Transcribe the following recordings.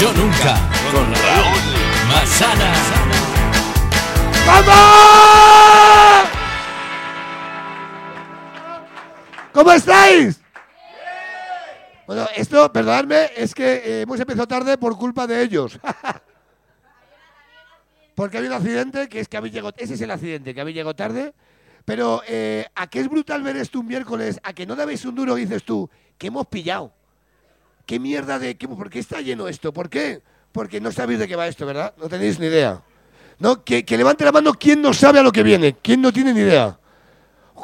Yo nunca. Con Raúl Masana. ¡Vamos! ¿Cómo estáis? Bueno, esto, perdonadme, es que eh, hemos empezado tarde por culpa de ellos. Porque había un accidente que es que habéis llegado. Ese es el accidente, que habéis llegado tarde. Pero eh, a qué es brutal ver esto un miércoles, a que no dabéis un duro, dices tú, que hemos pillado. ¿Qué mierda de.? Qué, ¿Por qué está lleno esto? ¿Por qué? Porque no sabéis de qué va esto, ¿verdad? No tenéis ni idea. No, que, que levante la mano quien no sabe a lo que viene, quien no tiene ni idea.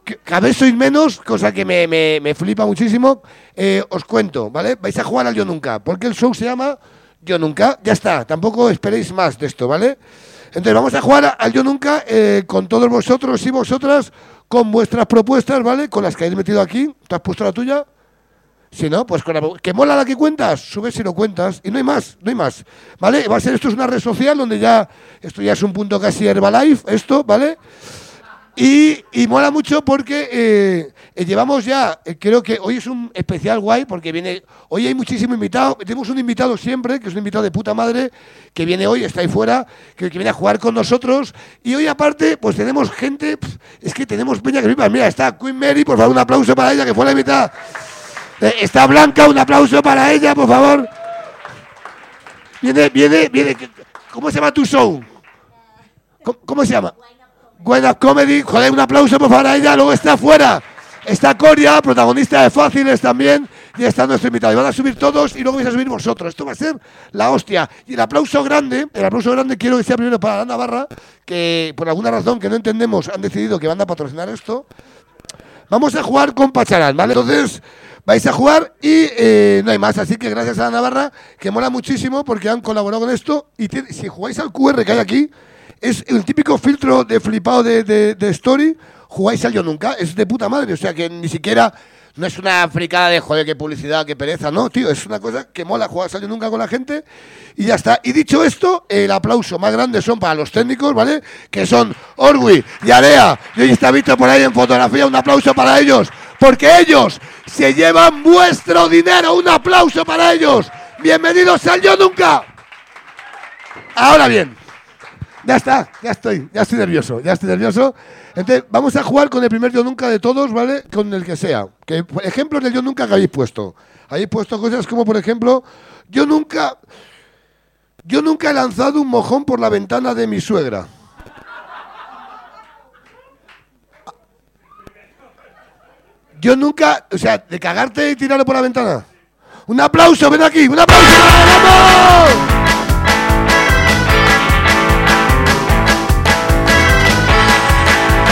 Que- Cada vez sois menos, cosa que me, me- me flipa muchísimo. Eh, os cuento, ¿vale? Vais a jugar al Yo Nunca, porque el show se llama Yo Nunca. Ya está, tampoco esperéis más de esto, ¿vale? Entonces vamos a jugar al Yo Nunca eh, con todos vosotros y vosotras, con vuestras propuestas, ¿vale? Con las que habéis metido aquí. ¿Te has puesto la tuya? Si no, pues con la... Que mola la que cuentas, subes y lo cuentas. Y no hay más, no hay más. ¿Vale? Va a ser esto es una red social donde ya... Esto ya es un punto casi Herbalife, esto, ¿vale? Y, y mola mucho porque eh, eh, llevamos ya, eh, creo que hoy es un especial guay porque viene, hoy hay muchísimo invitado, tenemos un invitado siempre, que es un invitado de puta madre, que viene hoy, está ahí fuera, que, que viene a jugar con nosotros. Y hoy aparte, pues tenemos gente, pf, es que tenemos peña que flipas. Mira, está Queen Mary, por favor, un aplauso para ella, que fue la invitada. Eh, Está Blanca, un aplauso para ella, por favor. Viene, viene, viene. ¿Cómo se llama tu show? ¿Cómo, cómo se llama? Wine Up Comedy. Joder, un aplauso, por favor, a ella. Luego está afuera. Está Coria, protagonista de Fáciles también. Y está nuestro invitado. Y van a subir todos y luego vais a subir vosotros. Esto va a ser la hostia. Y el aplauso grande, el aplauso grande quiero que sea primero para la Navarra, que por alguna razón que no entendemos han decidido que van a patrocinar esto. Vamos a jugar con Pacharán, ¿vale? Entonces, vais a jugar y eh, no hay más. Así que gracias a la Navarra, que mola muchísimo porque han colaborado con esto. Y tiene- si jugáis al QR que hay aquí, es el típico filtro de flipado de, de- de Story. Jugáis al Yo Nunca, es de puta madre. O sea que ni siquiera. No es una fricada de joder, qué publicidad, qué pereza, no, tío. Es una cosa que mola jugar al Yo Nunca con la gente y ya está. Y dicho esto, el aplauso más grande son para los técnicos, ¿vale? Que son Orwi y Area. Y hoy está visto por ahí en fotografía. Un aplauso para ellos. Porque ellos se llevan vuestro dinero. Un aplauso para ellos. Bienvenidos al Yo Nunca. Ahora bien. Ya está, ya estoy, ya estoy nervioso, ya estoy nervioso. Entonces, vamos a jugar con el primer yo nunca de todos, ¿vale? Con el que sea. Que, por ejemplo, del yo nunca que habéis puesto. Habéis puesto cosas como, por ejemplo, yo nunca, yo nunca he lanzado un mojón por la ventana de mi suegra. Yo nunca, o sea, de cagarte y tirarlo por la ventana. Un aplauso, ven aquí, un aplauso. ¡Vamos!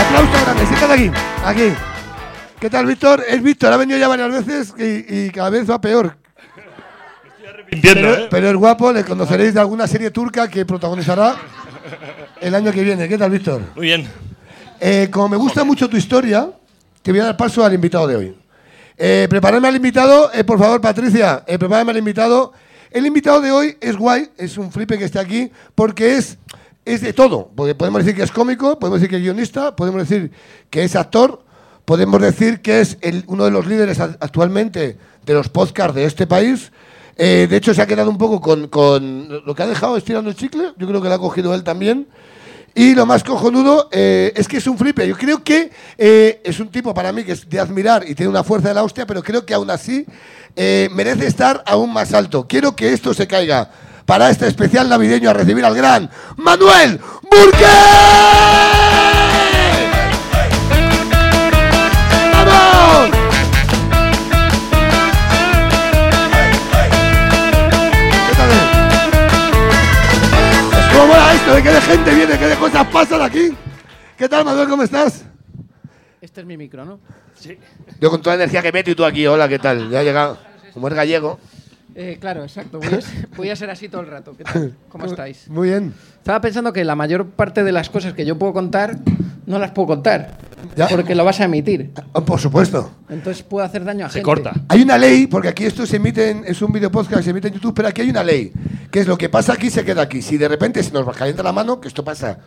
Aplauso grande, siéntate aquí, aquí. ¿Qué tal, Víctor? Es Víctor, ha venido ya varias veces y, y cada vez va peor. Entiendo, Pero, ¿eh? pero es guapo, le conoceréis de alguna serie turca que protagonizará el año que viene. ¿Qué tal, Víctor? Muy bien. Eh, como me gusta mucho tu historia, te voy a dar paso al invitado de hoy. Eh, prepararme al invitado, eh, por favor, Patricia, eh, prepárame al invitado. El invitado de hoy es guay, es un flipe que está aquí, porque es, es de todo. Porque podemos decir que es cómico, podemos decir que es guionista, podemos decir que es actor, podemos decir que es el- uno de los líderes a- actualmente de los podcasts de este país. Eh, de hecho, se ha quedado un poco con, con lo que ha dejado estirando el chicle. Yo creo que lo ha cogido él también. Y lo más cojonudo eh, es que es un flipe. Yo creo que eh, es un tipo para mí que es de admirar y tiene una fuerza de la hostia, pero creo que aún así eh, merece estar aún más alto. Quiero que esto se caiga para este especial navideño a recibir al gran Manuel Burke. ¡Vamos! ¿Qué tal? ¿Cómo mola esto? ¿De qué de gente viene? ¿Qué de cosas pasan aquí? ¿Qué tal, Manuel? ¿Cómo estás? Este es mi micro, ¿no? Yo con toda la energía que meto y tú aquí. Hola, ¿qué tal? Ya ha llegado. Como es gallego. Eh, claro, exacto. Voy a, ser, voy a ser así todo el rato. ¿Qué tal? ¿Cómo estáis? Muy bien. Estaba pensando que la mayor parte de las cosas que yo puedo contar no las puedo contar. Ya. Porque lo vas a emitir. Ah, por supuesto. Entonces puedo hacer daño a Se gente. corta. Hay una ley, porque aquí esto se emite, en- es un video podcast, se emite en YouTube, pero aquí hay una ley, que es lo que pasa aquí se queda aquí. Si de repente se nos calienta la mano, que esto pasa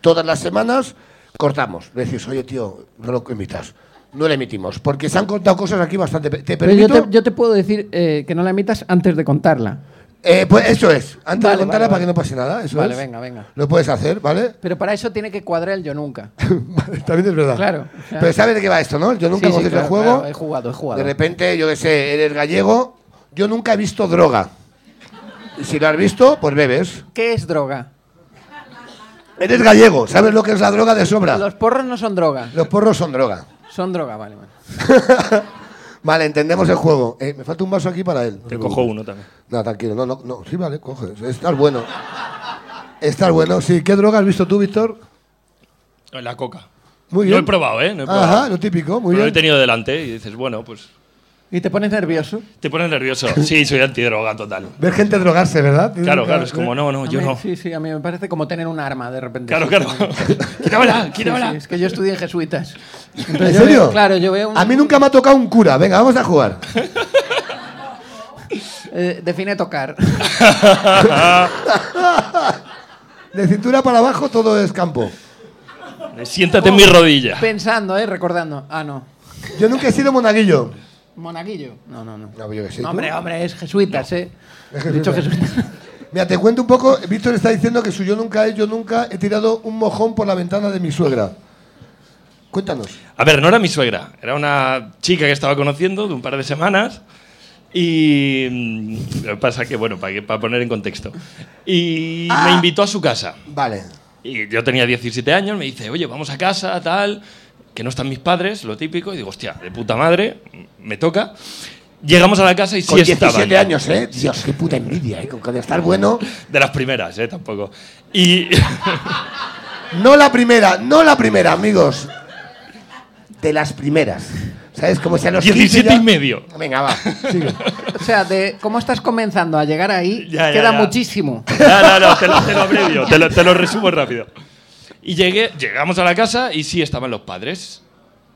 todas las semanas, cortamos. Decís, oye, tío, no lo emitas. No lo emitimos, porque se han contado cosas aquí bastante... pe- ¿Te Pero yo permito? te, yo te puedo decir eh, que no la emitas antes de contarla. Eh, pues eso es. Antes Vale, de contarla vale, para vale. que no pase nada. Eso Vale, es. venga, venga. Lo puedes hacer, ¿vale? Pero para eso tiene que cuadrar el yo nunca. Vale, También es verdad. Claro, claro. Pero sabes de qué va esto, ¿no? Yo nunca Sí, sí, he cogido claro, el juego. claro, he jugado, he jugado. De repente, yo qué sé, eres gallego. Yo nunca he visto droga. Y Si lo has visto, pues bebes. ¿Qué es droga? Eres gallego, sabes lo que es la droga de sobra. Los porros no son droga. Los porros son droga. Son droga, vale, vale. Vale, entendemos el juego. Eh, me falta un vaso aquí para él. Te cojo uno también. No, tranquilo, no, no, no. Sí, vale, coge. Estás bueno. Estás bueno, sí. ¿Qué droga has visto tú, Víctor? La coca. Muy No bien. he probado, ¿eh? No he probado. Ajá, lo típico, muy Pero lo he bien. tenido delante y dices, bueno, pues ¿Y te pones nervioso? te pones nervioso. Sí, soy antidroga total. Ver gente drogarse, ¿verdad? Claro, claro, es como no, no, A yo mí- no. Sí, sí, a mí me parece como tener un arma de repente. Claro, Sí, claro. sí, sí, quítamela, sí, quítamela. es que yo estudié en jesuitas. ¿En Entonces yo serio? veo- claro, yo veo un- A mí nunca me ha tocado un cura. Venga, vamos a jugar. eh, define tocar. De cintura para abajo todo es campo. Siéntate en mi rodilla. Pensando, ¿eh? Recordando. Ah, no. Yo nunca he sido monaguillo. Monaguillo. No, no, no. No, yo qué sé, No, ¿tú? hombre, hombre, es jesuitas, ¿eh? Es He dicho jesuita. jesuitas. Mira, te cuento un poco. Víctor está diciendo que su yo nunca he, yo nunca he tirado un mojón por la ventana de mi suegra. Cuéntanos. A ver, no era mi suegra, era una chica que estaba conociendo de un par de semanas. Y mm, lo que pasa que, bueno, para, que- para poner en contexto. Y Ah. me invitó a su casa. Vale. Y yo tenía 17 años, me dice, oye, vamos a casa, tal, que no están mis padres, lo típico. Y digo, hostia, de puta madre, me toca. Llegamos a la casa y sí Con estaban. 17 años, ¿eh? Dios, qué puta envidia, ¿eh? Con que de estar bueno. De las primeras, ¿eh? Tampoco. Y No la primera, no la primera, amigos. De las primeras. ¿Sabes? Como si a los 15 17 ya- y medio. Venga, va. sigue. O sea, de cómo estás comenzando a llegar ahí, Ya, ya, queda ya. muchísimo. No, no, no, te lo, te lo abrevio, te lo, te lo resumo rápido. Y llegué, llegamos a la casa y sí estaban los padres.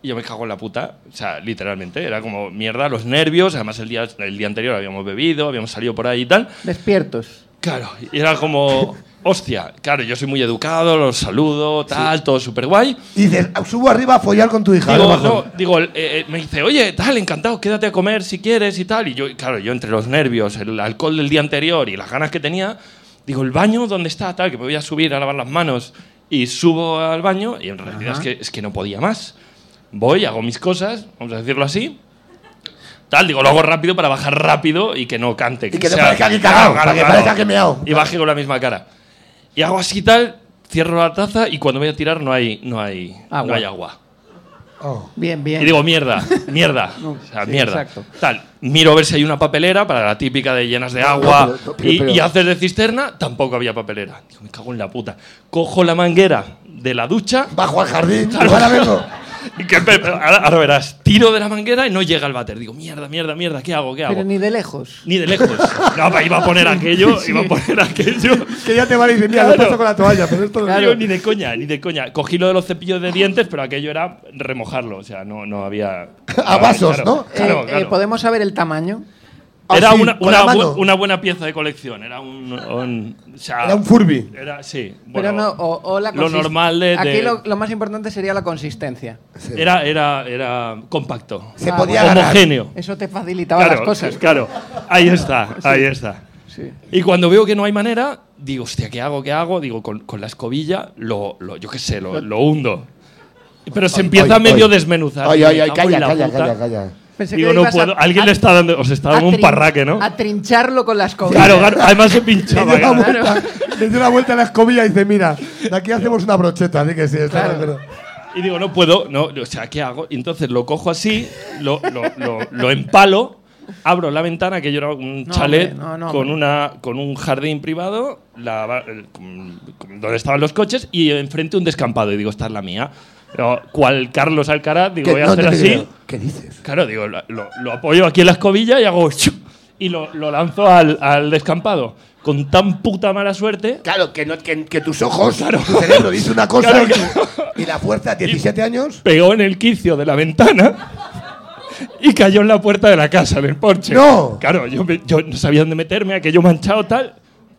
Y yo me cago en la puta, o sea, literalmente. Era como mierda, los nervios. Además, el día, el día anterior habíamos bebido, habíamos salido por ahí y tal. Despiertos. Claro, y era como, hostia, claro, yo soy muy educado, los saludo, tal, todo súper guay. Y dices, "Ah, subo arriba a follar con tu hija. a lo Digo, mejor. no, digo, eh, eh, me dice, oye, tal, encantado, quédate a comer si quieres y tal. Y yo, claro, yo entre los nervios, el alcohol del día anterior y las ganas que tenía, digo, el baño, ¿dónde está? Tal, que me voy a subir a lavar las manos. Y subo al baño y en realidad es que, es que no podía más. Voy, hago mis cosas, vamos a decirlo así. Tal, digo, lo hago rápido para bajar rápido y que no cante. Y que no parezca que he cagao, para que parezca que he meao. Y baje con la misma cara. Y hago así tal, cierro la taza y cuando voy a tirar no hay, no hay, No Agua. hay agua. Oh. Bien, bien. Y digo, mierda, mierda. No, o sea, sí, mierda. exacto. Tal, miro a ver si hay una papelera para la típica de llenas de agua no, pero- pero- y, pero- y haces de cisterna, tampoco había papelera. Digo, me cago en la puta. Cojo la manguera de la ducha. Bajo al jardín, ahora vengo. y que- pero- pero ahora, ahora verás, tiro de la manguera y no llega el váter. Digo, mierda, mierda, mierda, ¿qué hago? ¿Qué hago? Pero Ni... ni de lejos. de lejos. No, pa, iba a poner aquello, iba a poner aquello. Que ya te van a decir, mira, lo Claro. paso con la toalla, pero esto no Claro. Digo, ni de coña, ni de coña. Cogí lo de los cepillos de dientes, pero aquello era remojarlo. O sea, no, no había. A vasos, claro, ¿no? claro, Eh, eh, claro. ¿Podemos saber el tamaño? Era Así, una, Ah, con una, la mano. bu- una buena pieza de colección. Era un. un- o sea, Era un Furby. era- sí. Pero bueno, no, o, o la lo consist- normal de. de- Aquí lo, lo más importante sería la consistencia. era, era, era compacto. Se Ah, podía bueno. agarrar. Homogéneo. Eso te facilitaba las cosas. Claro. Ahí está, ahí está. Sí. Y cuando veo que no hay manera, digo, hostia, ¿qué hago? ¿Qué hago? Digo, con, con la escobilla, lo, lo- yo qué sé, lo, lo hundo. Pero se empieza a ay, medio ay. desmenuzar. Ay, ay, Me ay, cago en calla, la calla, puta. calla, calla. Pensé Digo, que no ibas a- puedo. Alguien a- le está dando. Os está dando a un trin- parraque, ¿no? A trincharlo con las cosas. Claro, claro. Además se pinchaba. Le dio, una claro. vuelta, le dio una vuelta a la escobilla y dice, mira, de aquí hacemos una brocheta, así que sí, está de acuerdo. Y digo, no puedo, no, o sea, ¿qué hago? Y entonces lo cojo así, lo, lo, lo, lo empalo, abro la ventana, que yo era un No, chalet hombre, no, no, con, hombre. una, con un jardín privado, la ba- el- con- con- donde estaban los coches, y enfrente un descampado. Y digo, esta es la mía. Pero, cual Carlos Alcaraz, digo, Que- voy a no, hacer no te así. creo. ¿Qué dices? Claro, digo, lo, lo- lo apoyo aquí en la escobilla y hago... ¡shu! Y lo, lo lanzo al, al descampado. Con tan puta mala suerte Claro, que, no, que, que tus ojos, tu cerebro dice una cosa Claro, y, tu- y la fuerza, 17 años. pegó en el quicio de la ventana y cayó en la puerta de la casa, del porche. ¡No! Claro, yo, me- yo no sabía dónde meterme, aquello manchado tal.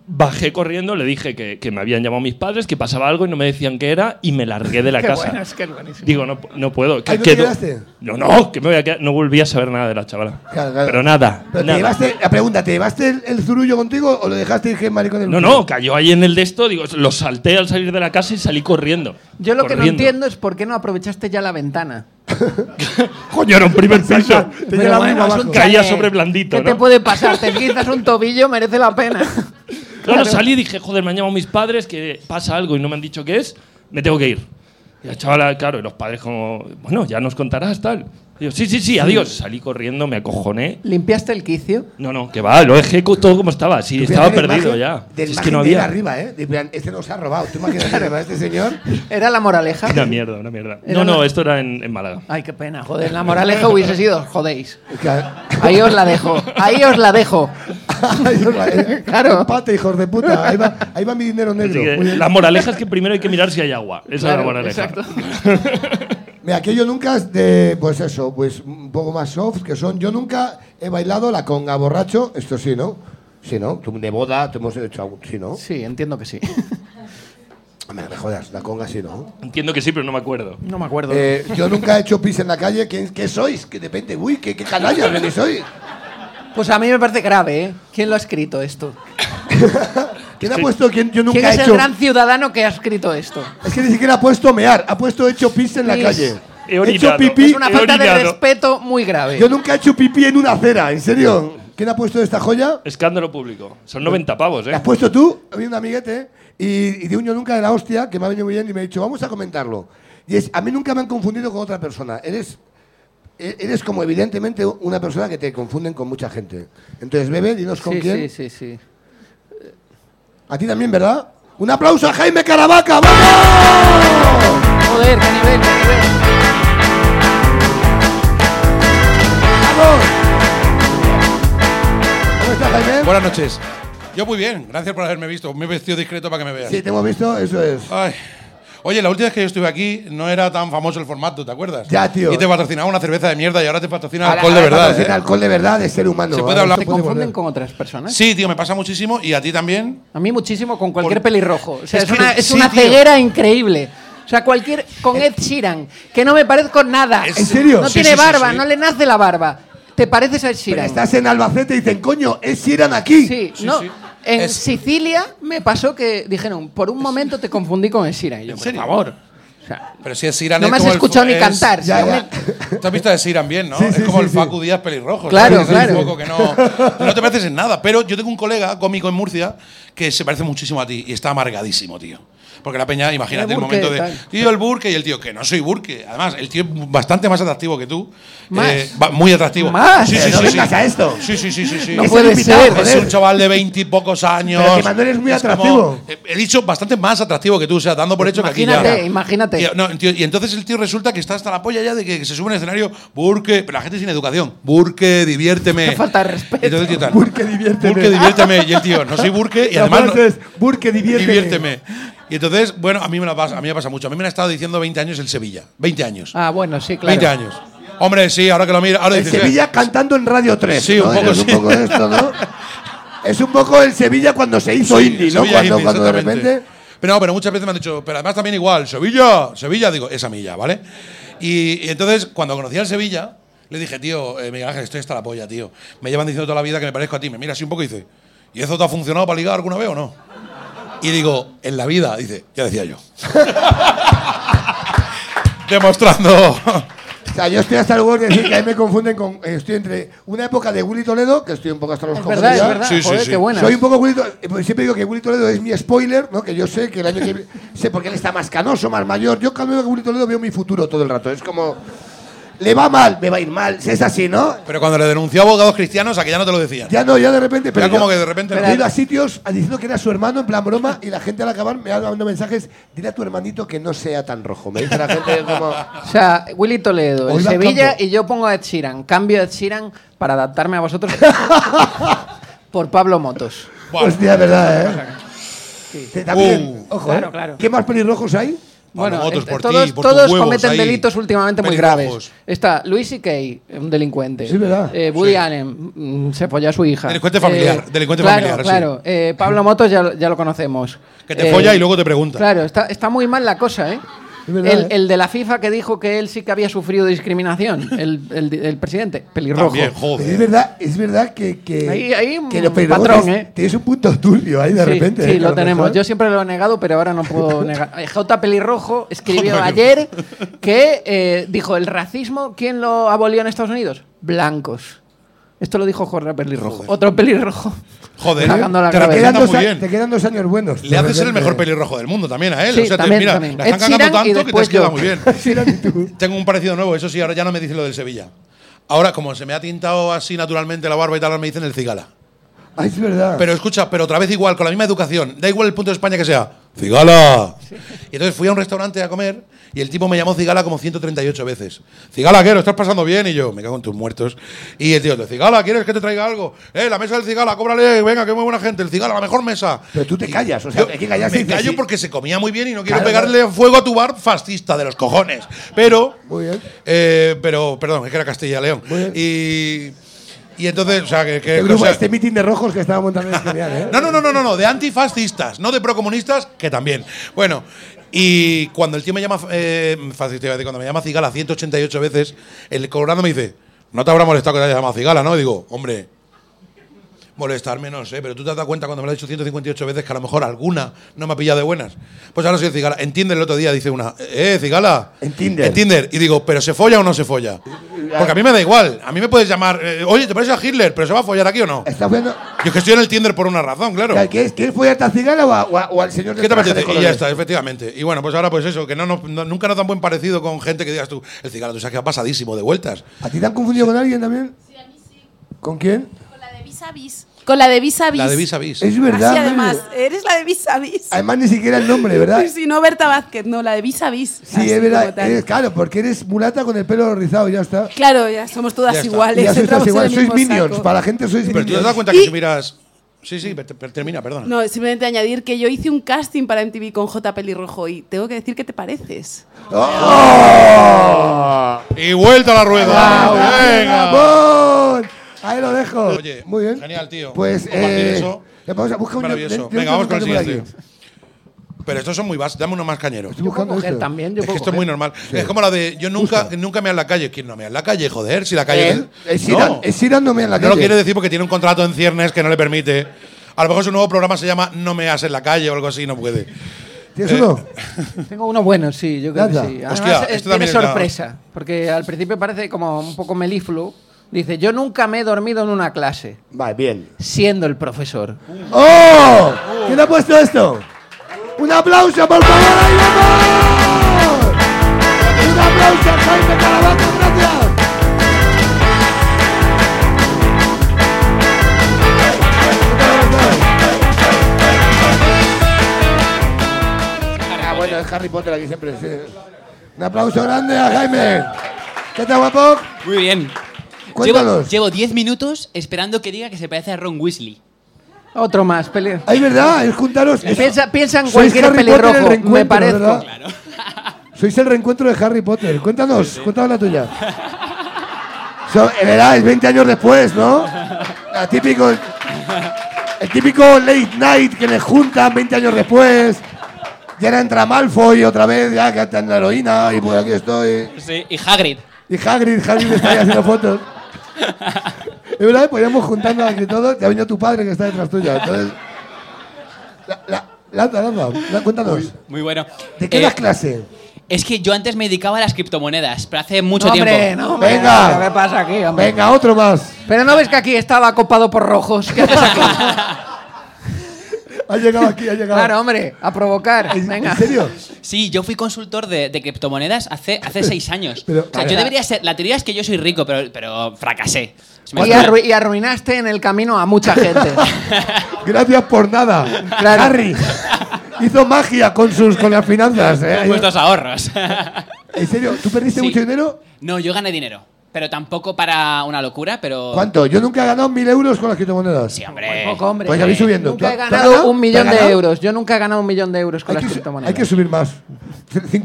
bajé corriendo, le dije que, que me habían llamado mis padres, que pasaba algo y no me decían qué era, y me largué de la Qué casa. bueno, es que es buenísimo. Digo, no, no puedo. ¿Ahí no te quedaste? No, no, que me voy a quedar. No volví a saber nada de la chavala. Claro, claro. Pero nada. Pero nada. te llevaste, la pregunta, ¿te llevaste el, el zurullo contigo o lo dejaste ir que maricón del No, no, cayó ahí en el de esto, digo, lo salté al salir de la casa y salí corriendo. Yo lo que no Corriendo. entiendo es por qué no aprovechaste ya la ventana. Coño, era un primer piso. Te lleva bueno, muy es un abajo. Caía chalet. sobre blandito, ¿Qué ¿no? te puede pasar? Te quizás un tobillo, merece la pena. Claro, salí y dije, joder, me han llamado mis padres, que pasa algo y no me han dicho qué es, me tengo que ir. Y la chavala, claro, y los padres como, bueno, ya nos contarás, tal. Y yo, sí, sí, sí, adiós. Salí corriendo, me acojoné. ¿Limpiaste el quicio? No, no, que va, lo dejé co- todo como estaba, sí, estaba perdido ya. Si Del es que no había. había. arriba, ¿eh? De plan, este nos ha robado. ¿Tú imagínate a este señor? ¿Era la moraleja? Una mierda, una mierda. Era no, no, una- esto era en, en Málaga. Ay, qué pena, joder. La moraleja hubiese sido, os jodéis. Claro. Ahí os la dejo, ahí os la dejo. Ahí va, eh. Claro. Empate, hijos de puta. Ahí va, ahí va mi dinero Así negro. que Muy bien. la moraleja es que primero hay que mirar si hay agua. Esa es la Claro, moraleja. exacto. Mira, que yo nunca, de, pues eso, pues un poco más soft que son. Yo nunca he bailado la conga borracho, esto sí, ¿no? Sí, ¿no? Tú De boda, te hemos hecho algún, sí, ¿no? Sí, entiendo que sí. Hombre, me jodas, la conga sí, ¿no? Entiendo que sí, pero no me acuerdo. No me acuerdo. Eh, yo nunca he hecho pis en la calle. ¿Qué, qué sois? Que depende, uy, qué, qué canallas que sois. Pues a mí me parece grave, ¿eh? ¿Quién lo ha escrito esto? ¿Quién ha puesto? ¿Quién, yo nunca ¿Quién he es hecho. el gran ciudadano que ha escrito esto? Es que ni siquiera ha puesto mear, ha puesto hecho pis en la Pis. calle. He hecho orinado. pipí. Es una He falta de orinado. respeto muy grave. Yo nunca he hecho pipí en una acera, ¿en serio? ¿Quién ha puesto esta joya? Escándalo público. Son 90 pavos, La ¿eh? has puesto tú, había un amiguete, y, y de un yo nunca de la hostia, que me ha venido muy bien y me ha dicho, vamos a comentarlo. Y es, a mí nunca me han confundido con otra persona. Eres, e- eres como evidentemente una persona que te confunden con mucha gente. Entonces, bebe, dinos con sí, quién. sí, sí, sí. A ti también, ¿verdad? Un aplauso a Jaime Caravaca, ¡vamos! Joder, qué nivel, qué nivel. ¡Vamos! ¿Cómo estás, Jaime? Buenas noches. Yo muy bien, gracias por haberme visto. Me he vestido discreto para que me veas. Sí, te hemos visto, eso es. Ay. Oye, la última vez que yo estuve aquí no era tan famoso el formato, ¿te acuerdas? Ya, tío. Y te patrocinaba una cerveza de mierda y ahora te patrocina Ahora- alcohol de ahora verdad. patrocina ¿eh? alcohol de verdad de ser humano. Se puede Ahora hablar- esto ¿Te puede confunden volver. con otras personas? Sí, tío, me pasa muchísimo y a ti también. A mí muchísimo con cualquier Por- pelirrojo. O sea, es, Es una, que es sí, una tío. ceguera increíble. O sea, cualquier. Con Ed Sheeran, que no me parezco en nada. Es- ¿En Eh. serio? No Sí, tiene sí, sí, barba, sí. no le nace la barba. ¿Te pareces a Ed Pero Sheeran? Estás en Albacete y dicen, coño, es si eran aquí. Sí, Sí, no. sí. En Es- Sicilia me pasó que dijeron, por un momento te confundí con Ed Sheeran. Y yo, ¿En por serio? favor. O sea, Pero si es Siran no es me has como el escuchado fu- ni es- cantar. Ya, si no ya. me- Tú has visto a Siran bien, ¿no? Sí, sí, es como sí, el sí. Facu Díaz pelirrojo. Claro, ¿sabes? Es un claro. poco que no, no te pareces en nada. Pero yo tengo un colega cómico en Murcia que se parece muchísimo a ti y está amargadísimo, tío. Porque la peña, imagínate El el, Burke, momento de. tal. Tío, el Burke y el tío, que no soy Burke. Además, el tío es bastante más atractivo que tú. Eh, Más. va- muy atractivo. Más. Sí, sí, Pero sí, eh, no sí. vengas a esto. Sí, sí, sí, sí. sí. No Es el puede invitado, ser. Es joder. un chaval de veintipocos años. Pero que Manuel es muy como- atractivo. eh, he dicho bastante más atractivo que tú, o sea, dando por hecho que aquí Imagínate, ya. imagínate. Y, no, tío, y entonces el tío resulta que está hasta la polla ya de que se sube al escenario, burke, pero la gente sin educación. Burke, diviérteme. Qué falta de respeto. Entonces el tío tal, Burke, diviérteme. Burke, diviérteme. Y el tío, no soy burke y La además. no- frase es, Burke, diviérteme. diviérteme. Y entonces, bueno, a mí me la pasa, a mí me pasa mucho. A mí me la ha estado diciendo 20 años el Sevilla. 20 años. Ah, bueno, sí, claro. 20 años. Hombre, sí, ahora que lo mira, ahora El dices, eh, Sevilla cantando en Radio 3. Sí, un ¿no? poco, Es sí. un poco esto, ¿no? Es un poco el Sevilla cuando se hizo Sí, indie, ¿no? Sevilla cuando, indie, cuando de exactamente. repente. Pero no, pero muchas veces me han dicho, pero además también igual, Sevilla, Sevilla, digo, esa milla, ¿vale? Y, y entonces, cuando conocí al Sevilla, le dije, tío, eh, Miguel Ángel, estoy hasta la polla, tío. Me llevan diciendo toda la vida que me parezco a ti. Me mira así un poco y dice, ¿y eso te ha funcionado para ligar alguna vez o no? Y digo, en la vida, dice, ya decía yo. Demostrando. O sea, yo estoy hasta luego de decir que ahí me confunden con. eh, Estoy entre una época de Willy Toledo, que estoy un poco hasta los Es cojones verdad, es ya. verdad. Sí, sí, joder, sí. qué buena. Soy un poco Willy Toledo. eh, Siempre digo que Willy Toledo es mi spoiler, ¿no? Que yo sé que el año que viene. sé porque él está más canoso, más mayor. Yo cuando veo a Willy Toledo veo mi futuro todo el rato. Es como. Le va mal, me va a ir mal. Si es así, ¿no? Pero cuando le denuncié a abogados cristianos, a que ya no te lo decían. Ya no, ya de repente. Pero Ya como yo- que de repente no. He ido a sitios a- diciendo que era su hermano en plan broma y la gente al acabar me ha dado mensajes. Dile a tu hermanito que no sea tan rojo. Me dice la gente como. O sea, Willy Toledo, O el Iván Sevilla Campo. y yo pongo a Ed Sheeran. Cambio a Ed Sheeran para adaptarme a vosotros por Pablo Motos. Buah. Hostia, es verdad, ¿eh? Sí, También, Uh. ojo, Claro, ¿eh? claro. ¿Qué más pelirrojos hay? Bueno, votos este- por todos, ti, por todos tus huevos cometen ahí, delitos últimamente muy graves. pelirrojos. Está Luis C.K., un delincuente. Sí, verdad. Eh, Woody Sí. Allen mm, se folló a su hija. Eh, Delincuente familiar, delincuente claro, familiar, sí. Claro, Eh, Pablo Motos ya, lo- ya lo conocemos. Que te Eh, folla y luego te pregunta. Claro, está, está muy mal la cosa, ¿eh? Es verdad, el, ¿eh? el de la FIFA que dijo que él sí que había sufrido discriminación, el, el- el presidente, pelirrojo. También, Pero es joder. verdad, es verdad que, que, Ahí- ahí un que los pelirrojos patrón, ¿eh? tienes un punto turbio ahí de Sí, repente. Sí, ¿eh, lo Carlos tenemos. Melchor? Yo siempre lo he negado, pero ahora no puedo negar. Eh, J. Pelirrojo escribió ayer que eh, dijo: el racismo, ¿quién lo abolió en Estados Unidos? Blancos. Esto lo dijo J. Pelirrojo. Joder. Otro pelirrojo. Joder, Cagando la te cabeza. representa quedan muy dos a- bien. te quedan dos años buenos. Le hace ser el mejor pelirrojo. pelirrojo del mundo también a él. Sí, o sea, te- también, mira, también. la Ed están cagando Sheeran y tanto que te después has quedado yo. muy bien. Tengo un parecido nuevo, eso sí, ahora ya no me dice lo del Sevilla. Ahora, como se me ha tintado así naturalmente la barba y tal, ahora me dicen el cigala. Ah, es verdad. Pero escucha, pero otra vez igual, con la misma educación. Da igual el punto de España que sea. ¡Cigala! Y entonces fui a un restaurante a comer y el tipo me llamó Cigala como 138 veces. Cigala, ¿qué? ¿Lo estás pasando bien? Y yo, me cago en tus muertos. Y el tío, Cigala, ¿quieres que te traiga algo? Eh, la mesa del Cigala, cóbrale, venga, que muy buena gente. El Cigala, la mejor mesa. Pero tú te callas, o sea, hay que callarse y Me dices, callo sí. porque se comía muy bien y no quiero Claro. pegarle fuego a tu bar fascista de los cojones. Pero. Muy bien. eh, pero, perdón, es que era Castilla y León. Muy Y. Y entonces, o sea, que. que- El grupo- Eh, o sea, este mitin de rojos que estaba montando es genial, ¿eh? no, no, no, no, no, no, de antifascistas, no de procomunistas, que también. Bueno, y cuando el tío me llama eh, fascista, iba a decir, cuando me llama Cigala 188 veces, el colorado me dice, no te habrá molestado que te haya llamado Cigala, ¿no? Y digo, hombre, molestarme no sé, pero tú te has dado cuenta cuando me lo has dicho 158 veces que a lo mejor alguna no me ha pillado de buenas. Pues ahora soy Cigala. En Tinder el otro día dice una, eh, Cigala. En Tinder. En Tinder. Y digo, ¿pero se folla o no se folla? Porque a mí me da igual. A mí me puedes llamar, eh, oye, ¿te pareces a Hitler? ¿Pero se va a follar aquí o no? Está bueno. Yo es que estoy en el Tinder por una razón, claro. ¿Quieres, ¿Quieres follar a esta cigala o, a- o a- o al señor de ¿Qué te traje de apetece? Y colores? ya está, efectivamente. Y bueno, pues ahora pues eso, que no, nos- no- nunca nos dan buen parecido con gente que digas tú, el cigala, tú sabes que va pasadísimo de vueltas. ¿A ti te han confundido con alguien también? Sí, a mí sí. ¿Con quién? Con la de vis a vis. Con la de vis a vis. La de vis a vis. pues, Es verdad. Así Mel. además, eres la de vis a vis. Además, ni siquiera el nombre, ¿verdad? Sí, sí, no Berta Vázquez, no, la de vis a vis. Sí, Así es como verdad. tal. Eres, claro, porque eres mulata con el pelo rizado, ya está. Claro, ya somos todas Ya está. iguales. ya sois entramos todas en el igual. Sois mismo minions. saco. Para la gente sois Pero tú te has minions. dado cuenta que Y- si miras... Sí, sí, per- per- termina, perdona. No, simplemente añadir que yo hice un casting para MTV con J. Pelirrojo y tengo que decir que te pareces. Y vuelta a la rueda. ¡Bravo! Venga. ¡Ramón! Ahí lo dejo. Oye, Muy bien. genial, tío. Pues, Compartir eh, eso. vamos a buscar un- Maravilloso. yo- yo Venga, vamos con el estoy buscando siguiente. Pero estos son muy básicos. Dame uno más cañero. por aquí. Estoy Yo puedo buscando este. coger esto. también. Yo Es que puedo esto es muy coger. normal. Es como la de yo nunca, nunca me en la calle. ¿Quién no me en la calle? Joder, si la calle. Él Es, ir, no. es ir dándome en la No calle. lo quiere decir porque tiene un contrato en ciernes que no le permite. A lo mejor su nuevo programa se llama No me hagas en la calle o algo así, no puede. Eh, ¿Tienes uno? Tengo uno bueno, sí, yo creo Nada. que sí. Hostia, Además, esto eh, también tiene es la- sorpresa, porque al principio parece como un poco melifluo. Dice, yo nunca me he dormido en una clase, Vale, bien. siendo el profesor. ¡Oh! ¿Quién ha puesto esto? ¡Un aplauso, por favor! ¡Ahí vamos! ¡Un aplauso, a Jaime Carabato! ¡Gracias! Ah, bueno, es Harry Potter aquí siempre. sí. Un aplauso grande a Jaime. ¿Qué tal, guapo? Muy bien. Llevo Cuéntanos. llevo 10 minutos esperando que diga que se parece a Ron Weasley. Otro más, peli. Ah, Es verdad, es juntaros. Piensa, piensa en Sois cualquier Harry Potter, el pelirrojo, me reencuentro, parezco. ¿verdad? Sois el reencuentro de Harry Potter. Cuéntanos, cuéntanos la tuya. So, eh, verás, es 20 años después, ¿no? La típico, el típico late night que les juntan 20 años después. Ya era entra Malfoy otra vez, ya que está en la heroína y pues aquí estoy. Sí, y Hagrid. Y Hagrid, Hagrid está ahí haciendo fotos. Es verdad, podríamos juntarnos aquí todos. Te ha venido tu padre que está detrás tuya. Entonces, la, la, lanza, lanza, la- cuéntanos. Muy bueno. ¿De qué Eh, das clase? Es que yo antes me dedicaba a las criptomonedas, pero hace mucho No, hombre, tiempo. no, hombre, Venga. ¿Qué pasa aquí, hombre? Venga, otro más. Pero no ves que aquí estaba copado por rojos. ¿Qué haces aquí? Ha llegado aquí, ha llegado. claro, hombre, a provocar. ¿En, Venga. en serio? Sí, yo fui consultor de, de criptomonedas hace, hace seis años. Pero- o sea, yo debería ser. La teoría es que yo soy rico, pero, pero fracasé. Se me Y, fue- arru- y arruinaste en el camino a mucha gente. Gracias por nada. Claro. Harry hizo magia con sus con las finanzas. ¿eh? Pues vuestros ahorros. ¿En serio? ¿Tú perdiste Sí. mucho dinero? no, yo gané dinero. Pero tampoco para una locura, pero. ¿Cuánto? Yo nunca he ganado mil euros con las criptomonedas. Sí, Muy hombre. poco, hombre. Pues ya vais subiendo. ¿Tú- Nunca he tú has ganado ganado? un millón ¿Tú has de ganado? euros. Yo nunca he ganado un millón de euros con Hay las que, su- criptomonedas. hay que subir más. ¿5.000?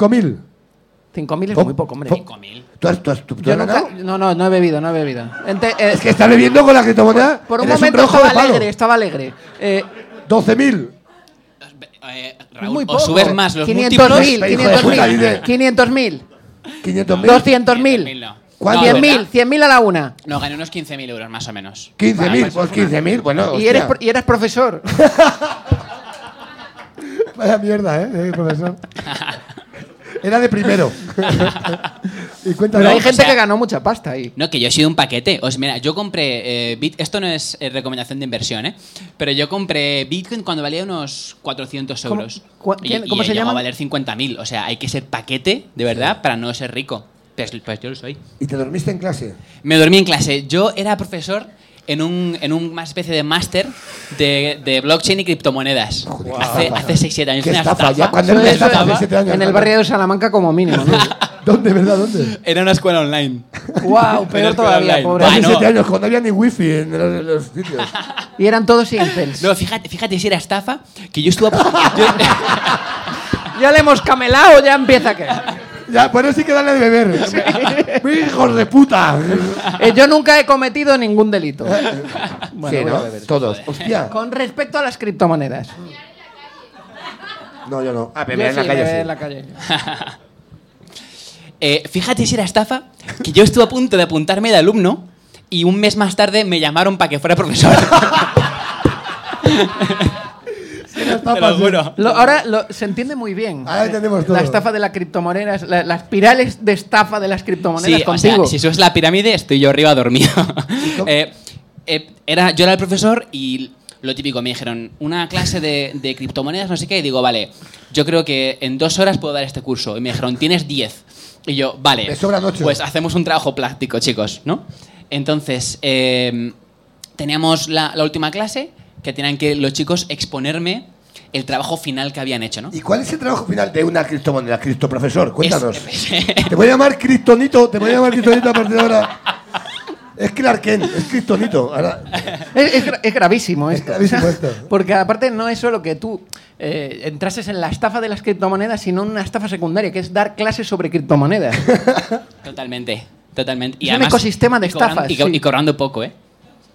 5.000 es Oh, muy poco, hombre. oh. 5.000. ¿Tú has, tú has- tú- tú Yo has nunca- ganado? no, no, no he bebido, no he bebido. Ente- eh, Es que está bebiendo con la criptomoneda. por un eres momento rojo de estaba palo. alegre, estaba alegre. Eh, 12.000. Eh, es Raúl, muy o poco. subes más los 500.000, múltiplos. Hijo de 500.000, puta, dice. 500.000, 500.000. 200.000, no. ¿Cuánto? 100.000, 100.000 a la una. No, gané unos 15.000 euros más o menos. 15.000. Vale, Pues pues, 15.000. Bueno, Y eres, hostia. pro- y eres profesor. Vaya mierda, ¿eh? eh, profesor. Era de primero. y cuéntame. Pero hay o gente sea- que ganó mucha pasta ahí. No, que yo he sido un paquete. Os, mira, yo compré eh, bit- Esto no es eh, recomendación de inversión, ¿eh? Pero yo compré Bitcoin cuando valía unos 400 ¿Cómo- euros. cua- Y- quién- y cómo se llegó llaman? a valer 50.000. O sea, hay que ser paquete, de verdad, para no ser rico. Pues, pues yo lo soy. ¿Y te dormiste en clase? Me dormí en clase. Yo era profesor en un, en un- una especie de máster de, de blockchain y criptomonedas. hace, hace 6-7 años. Qué Una estafa, ya estafa. cuando Eso- era una eso estafa es- hace siete años. en el ¿verdad? barrio de Salamanca como mínimo, ¿no? ¿Dónde, verdad? ¿Dónde? Era una escuela online. wow, peor Pero todavía, online. pobre. Hace Ah, no. siete años, cuando no había ni wifi en los, en los sitios. Y eran todos incels. No, fíjate, fíjate si era estafa que yo estuve... Ya le hemos camelado, ya empieza que. ya, bueno, sí que dale de beber. ¡Hijos de puta! Eh, yo nunca he cometido ningún delito. sí, voy a ¿no? Todos. Hostia. Con respecto a las criptomonedas. No, yo no. Ah, Yo beber en la sí, calle beber sí. en la calle. Eh, fíjate si era estafa, que yo estuve a punto de apuntarme de alumno y un mes más tarde me llamaron para que fuera profesor. Te lo juro. Lo- ahora lo- se entiende muy bien. Ahora Ah, entendemos todo. La estafa de las criptomonedas, la- las pirales de estafa de las criptomonedas Sí, o sea, contigo. si subes la pirámide, estoy yo arriba dormido. Eh, eh, era, yo era el profesor y lo típico, me dijeron, una clase de, de criptomonedas, no sé qué, y digo, vale, yo creo que en dos horas puedo dar este curso. Y me dijeron, tienes 10. Y yo, vale. Me sobran ocho. Pues hacemos un trabajo práctico, chicos, ¿no? Entonces, eh, teníamos la, la última clase, que tenían que los chicos exponerme el trabajo final que habían hecho, ¿no? ¿Y cuál es el trabajo final de una criptomoneda? Criptoprofesor, cuéntanos. Es- Te voy a llamar Cristonito, te voy a llamar Cristonito a partir de ahora. Es Clark Kent, es Cristonito. Ahora, Es, es gra- es gravísimo Es esto. gravísimo O sea, esto. Porque aparte no es solo que tú eh, entrases en la estafa de las criptomonedas, sino en una estafa secundaria, que es dar clases sobre criptomonedas. Totalmente, totalmente. Es un ecosistema de y cobrando- estafas, Y, co- sí. y cobrando poco, ¿eh?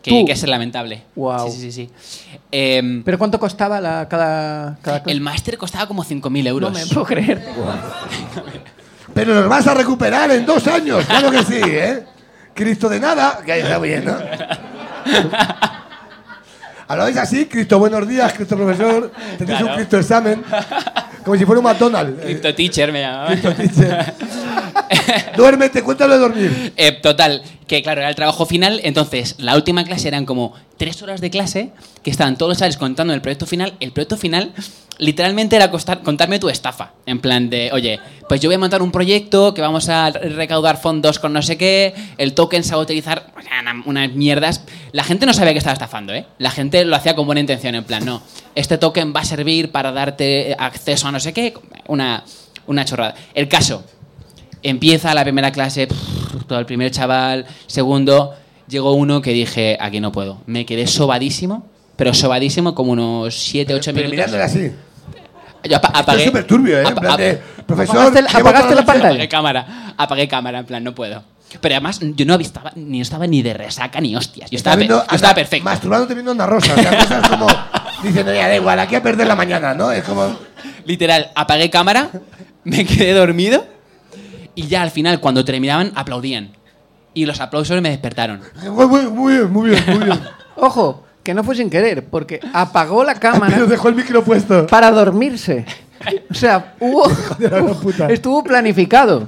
Que, Tú. que es lamentable. Guau. Sí, sí, sí. sí. Em, ¿Pero cuánto costaba la- cada, cada clase? el máster costaba como 5.000 euros. no me puedo creer. pero nos vas a recuperar en dos años, claro que sí, ¿eh? Cristo de nada, que ahí está bien, ¿no? Hablabais así, Cristo buenos días, Cristo profesor, tenéis un Claro. Cristo examen, como si fuera un McDonald's. eh, Crypto teacher me llamaba. Cristo teacher. Duérmete, cuéntalo de dormir. Eh, total, que claro, era el trabajo final. Entonces, la última clase eran como tres horas de clase que estaban todos los chavales contando el proyecto final. El proyecto final literalmente era costar- contarme tu estafa. En plan de, oye, pues yo voy a montar un proyecto que vamos a re- recaudar fondos con no sé qué, el token se va a utilizar, o sea, una- unas mierdas. La gente no sabía que estaba estafando, ¿eh? La gente lo hacía con buena intención, en plan, no, este token va a servir para darte eh, acceso a no sé qué, una, una chorrada. El caso, Empieza la primera clase, pff, todo el primer chaval, segundo, llegó uno que dije, aquí no puedo. Me quedé sobadísimo, pero sobadísimo como unos 7, 8 Eh, Pero minutos. mirándole así. Yo apa- Esto es apagué. súper turbio, ¿eh? En apa- plan de, apa- profesor, ¿Apagaste la- llevo toda apagaste la noche- pantalla? apagué cámara, apagué cámara, en plan, no puedo. Pero además, yo no estaba, ni estaba ni de resaca ni hostias. Yo estaba, pe- viendo yo estaba Ana- perfecto. Masturbándote viendo una rosa. O sea, cosas como diciendo, ya da igual, aquí a perder la mañana, ¿no? Es como. Literal, apagué cámara, me quedé dormido y ya al final, cuando terminaban, aplaudían. Y los aplausos me despertaron. Muy, muy, muy bien, muy bien, muy bien. Ojo, que no fue sin querer, porque apagó la cámara Pero dejó el micro puesto. para dormirse. O sea, hubo, la gran puta. estuvo planificado.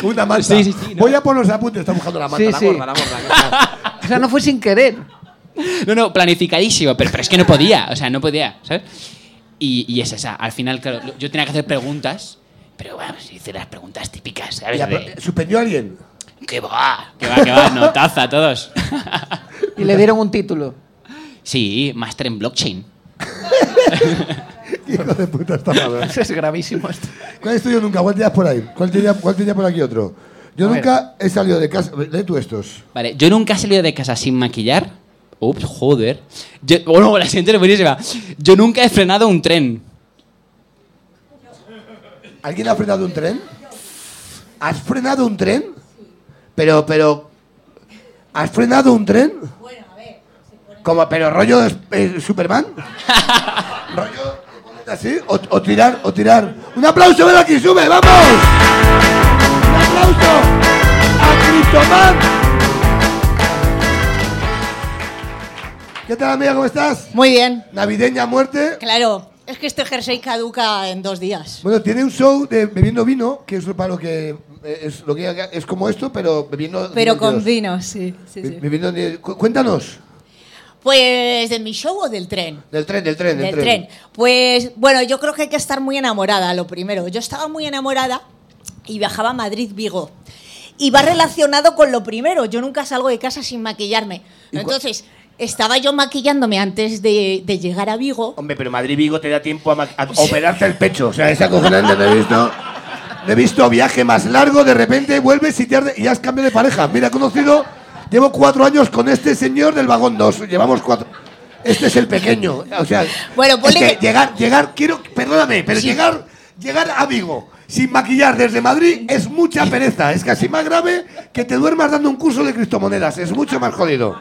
Con una manta. Sí, sí, sí, no. Voy a por los apuntes. Está buscando la manta, Sí, la sí. gorda, la gorda. que está- O sea, no fue sin querer. No, no, planificadísimo, pero, pero es que no podía, o sea, no podía, ¿sabes? Y, y es esa, al final, claro, lo- yo tenía que hacer preguntas, pero bueno, si hice las preguntas típicas, ¿sabes? Ya, De, pero, ¿Suspendió a alguien? ¿Qué va? ¿Qué va? ¿Qué va? Notaza, todos. Y le dieron un título. Sí, máster en blockchain. Hijo de puta, está mal. ¿eh? Eso es gravísimo esto. ¿Cuál estudio nunca? ¿Cuál tenías por ahí? ¿Cuál tenía, cuál tenía por aquí otro? Yo A ver. nunca he salido de casa. Lee tú estos. Vale, yo nunca he salido de casa sin maquillar. Ups, joder. Yo- bueno, la siguiente es buenísima. Yo nunca he frenado un tren. ¿Alguien ha frenado un tren? ¿Has frenado un tren? Pero, pero. ¿Has frenado un tren? Bueno, a ver. Como, pero rollo es- eh, Superman. rollo así, o, o tirar, o tirar. ¡Un aplauso, ven aquí, sube, vamos! ¡Un aplauso a Cristoman! ¿Qué tal, amiga? ¿Cómo estás? Muy bien. Navideña a muerte. Claro, es que este jersey caduca en dos días. Bueno, tiene un show de bebiendo vino, que es para lo que eh, es lo que haga- es como esto, pero bebiendo Pero con vino. vino, sí. sí, Dios. sí. Be- bebiendo di- cu- Cuéntanos Pues de mi show o del tren. del tren, del tren, del, Del tren. Pues bueno, yo creo que hay que estar muy enamorada, lo primero. Yo estaba muy enamorada y viajaba a Madrid-Vigo. Y va relacionado con lo primero. Yo nunca salgo de casa sin maquillarme. ¿Y cua- Entonces, estaba yo maquillándome antes de, de llegar a Vigo. Hombre, pero Madrid Vigo te da tiempo a, ma- a operarte el pecho, o sea, es acojonante, no he visto. No he visto viaje más largo, de repente vuelves y, te arde- y has cambiado de pareja. Mira, he conocido, llevo cuatro años con este señor del vagón 2, llevamos cuatro. Este es el pequeño, o sea, Bueno, es ponle que que- llegar, llegar, quiero, perdóname, pero Sí. llegar, llegar a Vigo sin maquillar desde Madrid es mucha pereza, es casi más grave que te duermas dando un curso de criptomonedas, es mucho más jodido.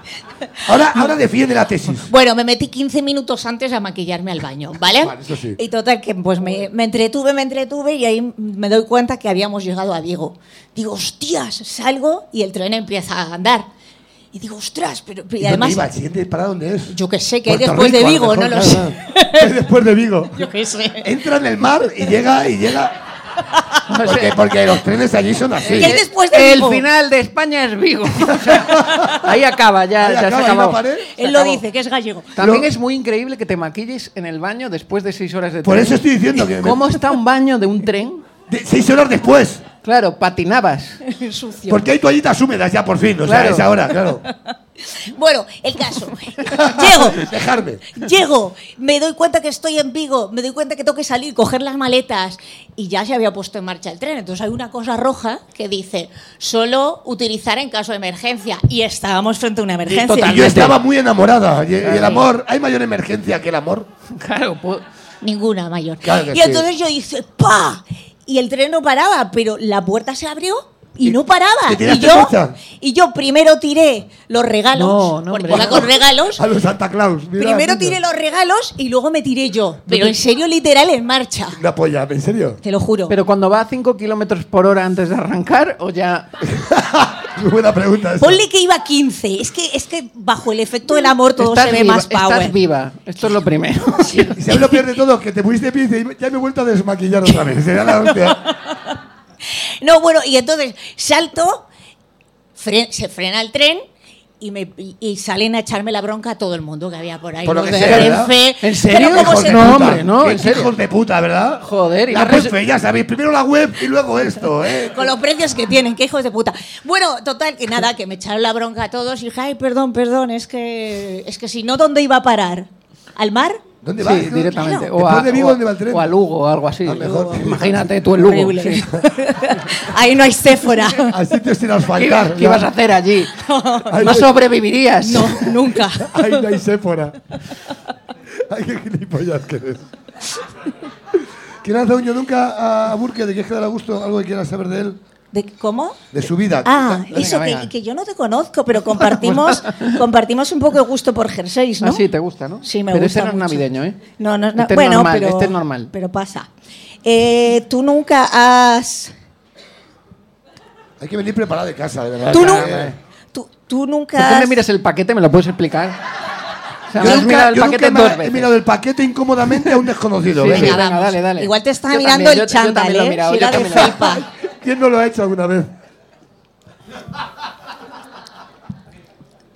Ahora, ahora defiende la tesis. Bueno, me metí 15 minutos antes a maquillarme al baño, ¿vale? Vale, eso sí. Y total, que pues me, me entretuve, me entretuve y ahí me doy cuenta que habíamos llegado a Vigo. Digo, hostias, salgo y el tren empieza a andar. Y digo, ostras, pero y ¿Y además... ¿Dónde iba? ¿El siguiente parada dónde es? Yo qué sé, que hay Puerto después Rico, de a Vigo, mejor, no lo sé. claro, claro. Es después de Vigo. Yo qué sé. Entra en el mar y llega y llega. Porque, porque los trenes allí son así. ¿Qué hay después de El Vigo? final de España es Vigo. O sea, ahí acaba, ya, Ahí ya acaba, ahí se la acabó. pared. Se Él lo acabó. dice, que es gallego. También Lo- es muy increíble que te maquilles en el baño después de seis horas de Por tren. eso estoy diciendo que. me- ¿Cómo está un baño de un tren? de- seis horas después. Claro, patinabas. Sucio. Porque hay toallitas húmedas ya por fin. O sea, Claro. es ahora, claro. Bueno, el caso. Llego. Dejarme. Llego, me doy cuenta que estoy en Vigo, me doy cuenta que tengo que salir, coger las maletas y ya se había puesto en marcha el tren. Entonces hay una cosa roja que dice solo utilizar en caso de emergencia y estábamos frente a una emergencia. Y yo estaba muy enamorada. Y, y el amor. Hay mayor emergencia que el amor. Claro, pues. po- Ninguna mayor. Claro que y sí. entonces yo hice ¡pa! Y el tren no paraba, pero la puerta se abrió y no paraba. ¿Te Y tiraste yo, puerta? y yo primero tiré los regalos, No, no, porque hombre. iba con regalos. A los Santa Claus. mira, Primero mira. tiré los regalos y luego me tiré yo. Pero en serio, literal, en marcha. Una polla, ¿en serio? Te lo juro. pero cuando va a 5 kilómetros por hora antes de arrancar, o ya. Muy buena pregunta. esa. Ponle que iba a 15. Es que, es que bajo el efecto del amor todo estás se ve viva, más Estás power. viva. Esto es lo primero. Y si lo pierde todo, que te pusiste pie y dices, ya me he vuelto a desmaquillar otra vez. Será la hostia. No, bueno, y entonces salto, fre- se frena el tren. Y, me, y- y salen a echarme la bronca a todo el mundo que había por ahí. Por lo Los que de sea, ¿verdad? Renfe. ¿En serio? Pero como Hijos se- de No, hombre, no, Qué en serio. Hijos de puta, ¿verdad? Joder, y La no pres- Renfe, ya sabéis, primero la web y luego esto, ¿eh? Con los precios que tienen, que hijos de puta. Bueno, total, que nada, que me echaron la bronca a todos y dije, ay, perdón, perdón, es que, es que si no, ¿dónde iba a parar? ¿Al mar? ¿Dónde Sí, vas? directamente. Después O a, de Vigo, o a- ¿dónde va el tren? o a Lugo o algo así. A lo mejor. Imagínate tú en Lugo. Horrible. Sí. Ahí no hay Sephora. Al sitio ¿Qué, sin ibas- asfaltar. qué ibas a hacer allí? Ahí no voy. sobrevivirías. No, nunca. Ahí no hay séfora. Ay, qué gilipollas que eres. ¿Quién has dado yo nunca a- a Burke? ¿De qué quedar a gusto? ¿Algo que quieras saber de él? ¿De ¿Cómo? De su vida. Ah, Venga, eso venga. que, que yo no te conozco, pero compartimos, compartimos un poco de gusto por jerseys, ¿no? Ah, sí, te gusta, ¿no? Sí, me Pero gusta ese no es mucho. navideño, ¿eh? No, no, no, Este es bueno, normal, pero, este es normal. Pero pasa. Eh, Tú nunca has... Hay que venir preparado de casa, de verdad. Tú, Eh, nu- tú, tú nunca ¿Por qué me has- miras el paquete? ¿Me lo puedes explicar? O sea, Yo me has nunca- mirado el yo paquete nunca he dos ma- He veces. mirado el paquete incómodamente a un desconocido. ¿eh? Sí, sí. venga. Venga, venga, vamos. Ah, dale, dale. Igual te estaba Yo mirando también, el yo- yo chándal, también lo he ¿eh? mirado, Si yo era de también lo he felpa. ¿Quién no lo ha hecho alguna vez?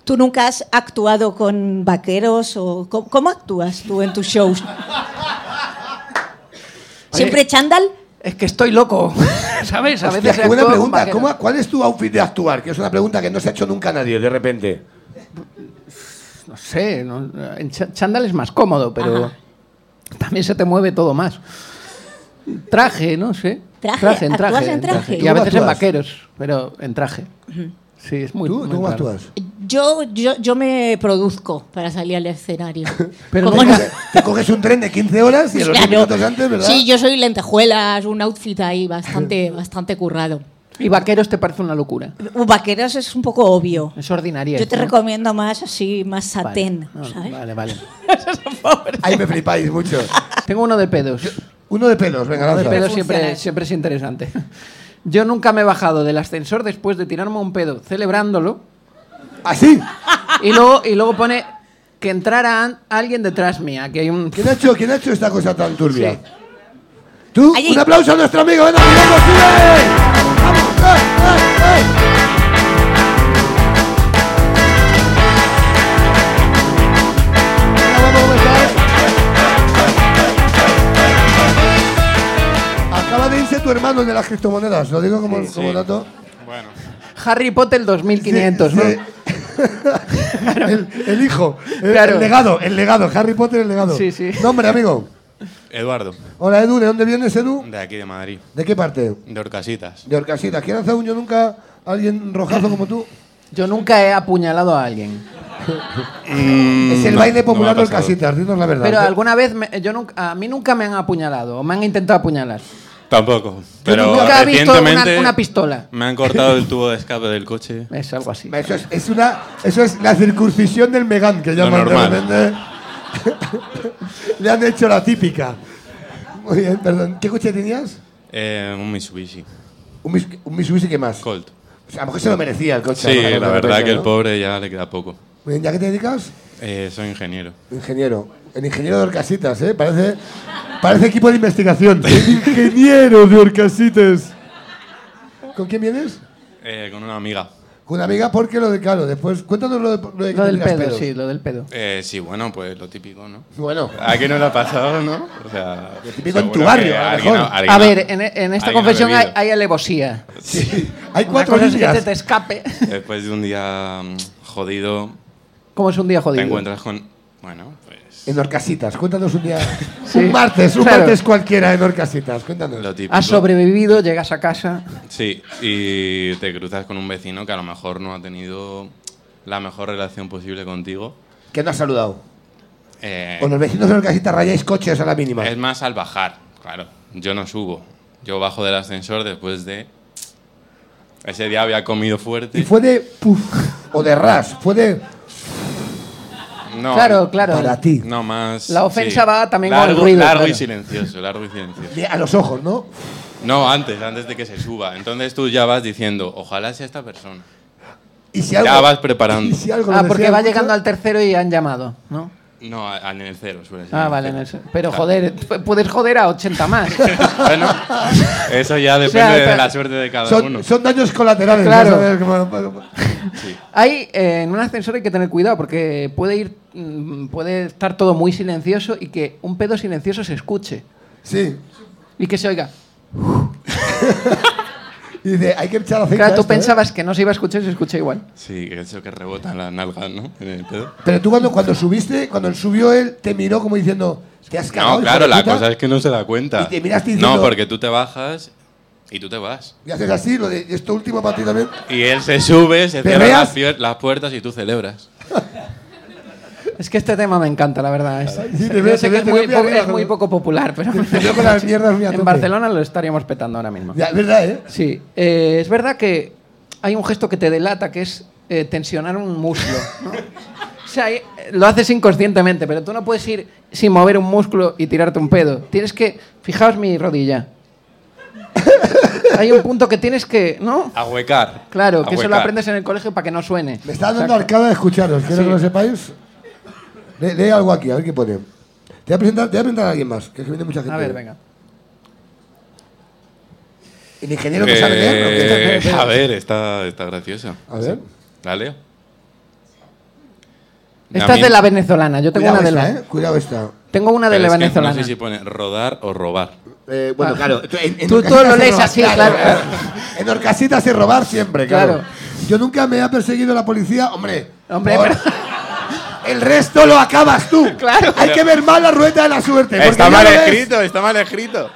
¿Tú nunca has actuado con vaqueros o cómo, cómo actúas tú en tus shows? ¿Siempre chándal? Es que estoy loco, ¿sabes? A Hostia, veces qué buena actúo pregunta. con ¿Cómo- ¿Cuál es tu outfit de actuar? Que es una pregunta que no se ha hecho nunca nadie, de repente. No sé, no- en cha- chándal es más cómodo, pero Ajá. también se te mueve todo más. Traje, no sé. Traje, traje en ¿actúas traje. en traje? Y a ¿Cómo veces en actúas? vaqueros, pero en traje. Sí, es muy ¿Tú, muy tú cómo raro. actúas? Yo, yo, yo me produzco para salir al escenario. Pero Como no- no- Te coges un tren de 15 horas y a los 10 Claro. minutos antes, ¿verdad? Sí, yo soy lentejuelas, un outfit ahí bastante, bastante currado. Y vaqueros te parece una locura. Uh, Vaqueros es un poco obvio. Es ordinaria. Yo te ¿no? recomiendo más así, más Vale. satén, No, ¿sabes? Vale, vale. Ahí me flipáis mucho. Tengo uno de pedos. Uno de pelos, venga, Uno de lanza. pedos Funciona siempre, eso. siempre es interesante. Yo nunca me he bajado del ascensor después de tirarme un pedo celebrándolo ¿Así? y luego, y luego pone que entrara an- alguien detrás mía, que hay un... ¿Quién ha hecho, quién ha hecho esta cosa tan turbia? Sí. ¿Tú? Allí. Un aplauso a nuestro amigo, ven a Miguel González. ¡Vamos! ¡Ay, ay, ay! Hola, guapo, ¿cómo estás? Acaba de irse tu hermano el de las criptomonedas, lo digo como, como dato. Bueno, Harry Potter 2500, ¿no? Sí. el, el hijo, el, Claro. el legado, el legado, Harry Potter el legado. Sí, sí. Nombre, amigo. Eduardo, Hola Edu, ¿de dónde vienes Edu? de aquí de Madrid, ¿De qué parte? de Orcasitas. De Orcasitas. ¿Qué lanza un yo nunca a alguien rojazo como tú? Yo nunca he apuñalado a alguien. es el Mm, no, baile no me ha popular de pasado. Orcasitas, dinos la verdad. ¿eh? Pero Yo- alguna vez, me- yo nunca, a mí nunca me han apuñalado o me han intentado apuñalar. Tampoco, pero nunca he visto una- recientemente una pistola. Me han cortado el tubo de escape del coche. Es algo así. Eso es, es una, eso es la circuncisión del Megán, que llaman de normal. repente. Le han hecho la típica. Muy bien, perdón. ¿Qué coche tenías? Eh, un Mitsubishi Un, Mis- un Mitsubishi, ¿qué más? Colt. O sea, a lo mejor se lo merecía el coche. Sí, a lo mejor de la verdad repente, que el ¿no? pobre ya le queda poco. Muy bien, ¿y a qué te dedicas? Eh, soy ingeniero. Ingeniero. El ingeniero de Orcasitas, ¿eh? Parece, parece equipo de investigación. El ingeniero de Orcasitas. ¿Con quién vienes? Eh, con una amiga. Con una amiga, porque lo de Caro. Después, cuéntanos lo de, de Lo que del tenías pedo, pedos. sí, lo del pedo. Eh, sí, bueno, pues lo típico, ¿no? Bueno, Aquí no lo ha pasado, ¿no? O sea, lo típico en tu barrio, a lo mejor. A ver, en, en esta confesión hay, hay alevosía. hay Una cuatro cosa es que líneas. te, te escape. Después de un día mm, jodido, Como es un día jodido. te encuentras con... Bueno, pues En Orcasitas, cuéntanos un día. Sí, Un martes, un claro. martes cualquiera en Orcasitas, cuéntanos. lo típico. Has sobrevivido, llegas a casa. Sí, y te cruzas con un vecino que a lo mejor no ha tenido la mejor relación posible contigo. Que no has saludado. Eh, Con los vecinos de Orcasitas rayáis coches a la mínima. es más al bajar, claro. Yo no subo. Yo bajo del ascensor después de... Ese día había comido fuerte. Y fue de puff o de ras, fue de No, claro, claro. para ti. No más. La ofensa va también con el largo, ruido, Largo y claro. silencioso, largo y silencioso. De- a los ojos, ¿no? No, antes, antes de que se suba. Entonces tú ya vas diciendo, ojalá sea esta persona. Y si Ya algo, vas preparando. y si algo Ah, lo porque deseas va mucho- llegando al tercero y han llamado, ¿no? No, a- a- en el cero suele ser. Ah, vale. en no el sé. cero. Pero Claro. joder, p- puedes joder a 80 más. Bueno, eso ya depende pero- de la suerte de cada uno. Son, son daños colaterales. Claro. ¿no? Sabes cómo- Sí. Hay, eh, en un ascensor hay que tener cuidado porque puede ir, mm, puede estar todo muy silencioso y que un pedo silencioso se escuche Sí. y que se oiga. Y dice, hay que echar aceite. a Claro, tú esto, ¿eh? pensabas que no se iba a escuchar y se escucha igual. Sí, eso que rebota en las nalgas, ¿no? En el pedo. Pero tú cuando, cuando subiste, cuando él subió él, te miró como diciendo, te has cagado. No, hijo claro, de la puta? cosa es que no se da cuenta. Y te miraste diciendo- no, porque tú te bajas y tú te vas. Y haces así, lo de esto último para ti también. Y él se sube, se cierra ¿Perreas? las, pier- las puertas y tú celebras. Es que este tema me encanta, la verdad. Es, sí, te yo veo, sé te que veo, es, muy, te veo muy po- arriba, es muy ¿no? poco popular, pero Te veo con las mierdas muy a en tope. Barcelona lo estaríamos petando ahora mismo. Ya, es verdad, ¿eh? Sí, eh, es verdad que hay un gesto que te delata, que es eh, tensionar un muslo. ¿no? O sea, hay- lo haces inconscientemente, pero tú no puedes ir sin mover un músculo y tirarte un pedo. Tienes que, fijaos mi rodilla. hay un punto que tienes que, ¿no? Ahuecar. Claro, que eso lo Ahuecar. aprendes en el colegio para que no suene. Me está dando Exacto. arcada de escucharos, quiero Sí. que lo sepáis. Le, lee algo aquí, a ver qué pone. Te voy a presentar, te voy a, presentar a alguien más, que es que viene mucha gente. A ver, venga. El ingeniero que sabe leer. ¿no? Eh, Espera, espera, a ver, está, está graciosa. espera. A ver. ¿La leo? Esta es de la venezolana, yo tengo Cuidado una de esta, la, ¿eh? Cuidado esta. tengo una de la venezolana. venezolana. No sé si pone rodar o robar. Eh, bueno, Ah. claro. en- en Tú- Orcasitas tú lo es lees robar, así, claro. En Orcasitas es robar siempre, claro. Claro. Yo nunca me ha perseguido la policía. Hombre, Hombre, por- pero- el resto lo acabas tú. Claro. Hay que ver mal la rueda de la suerte. porque está ya mal lo ves. escrito, está mal escrito.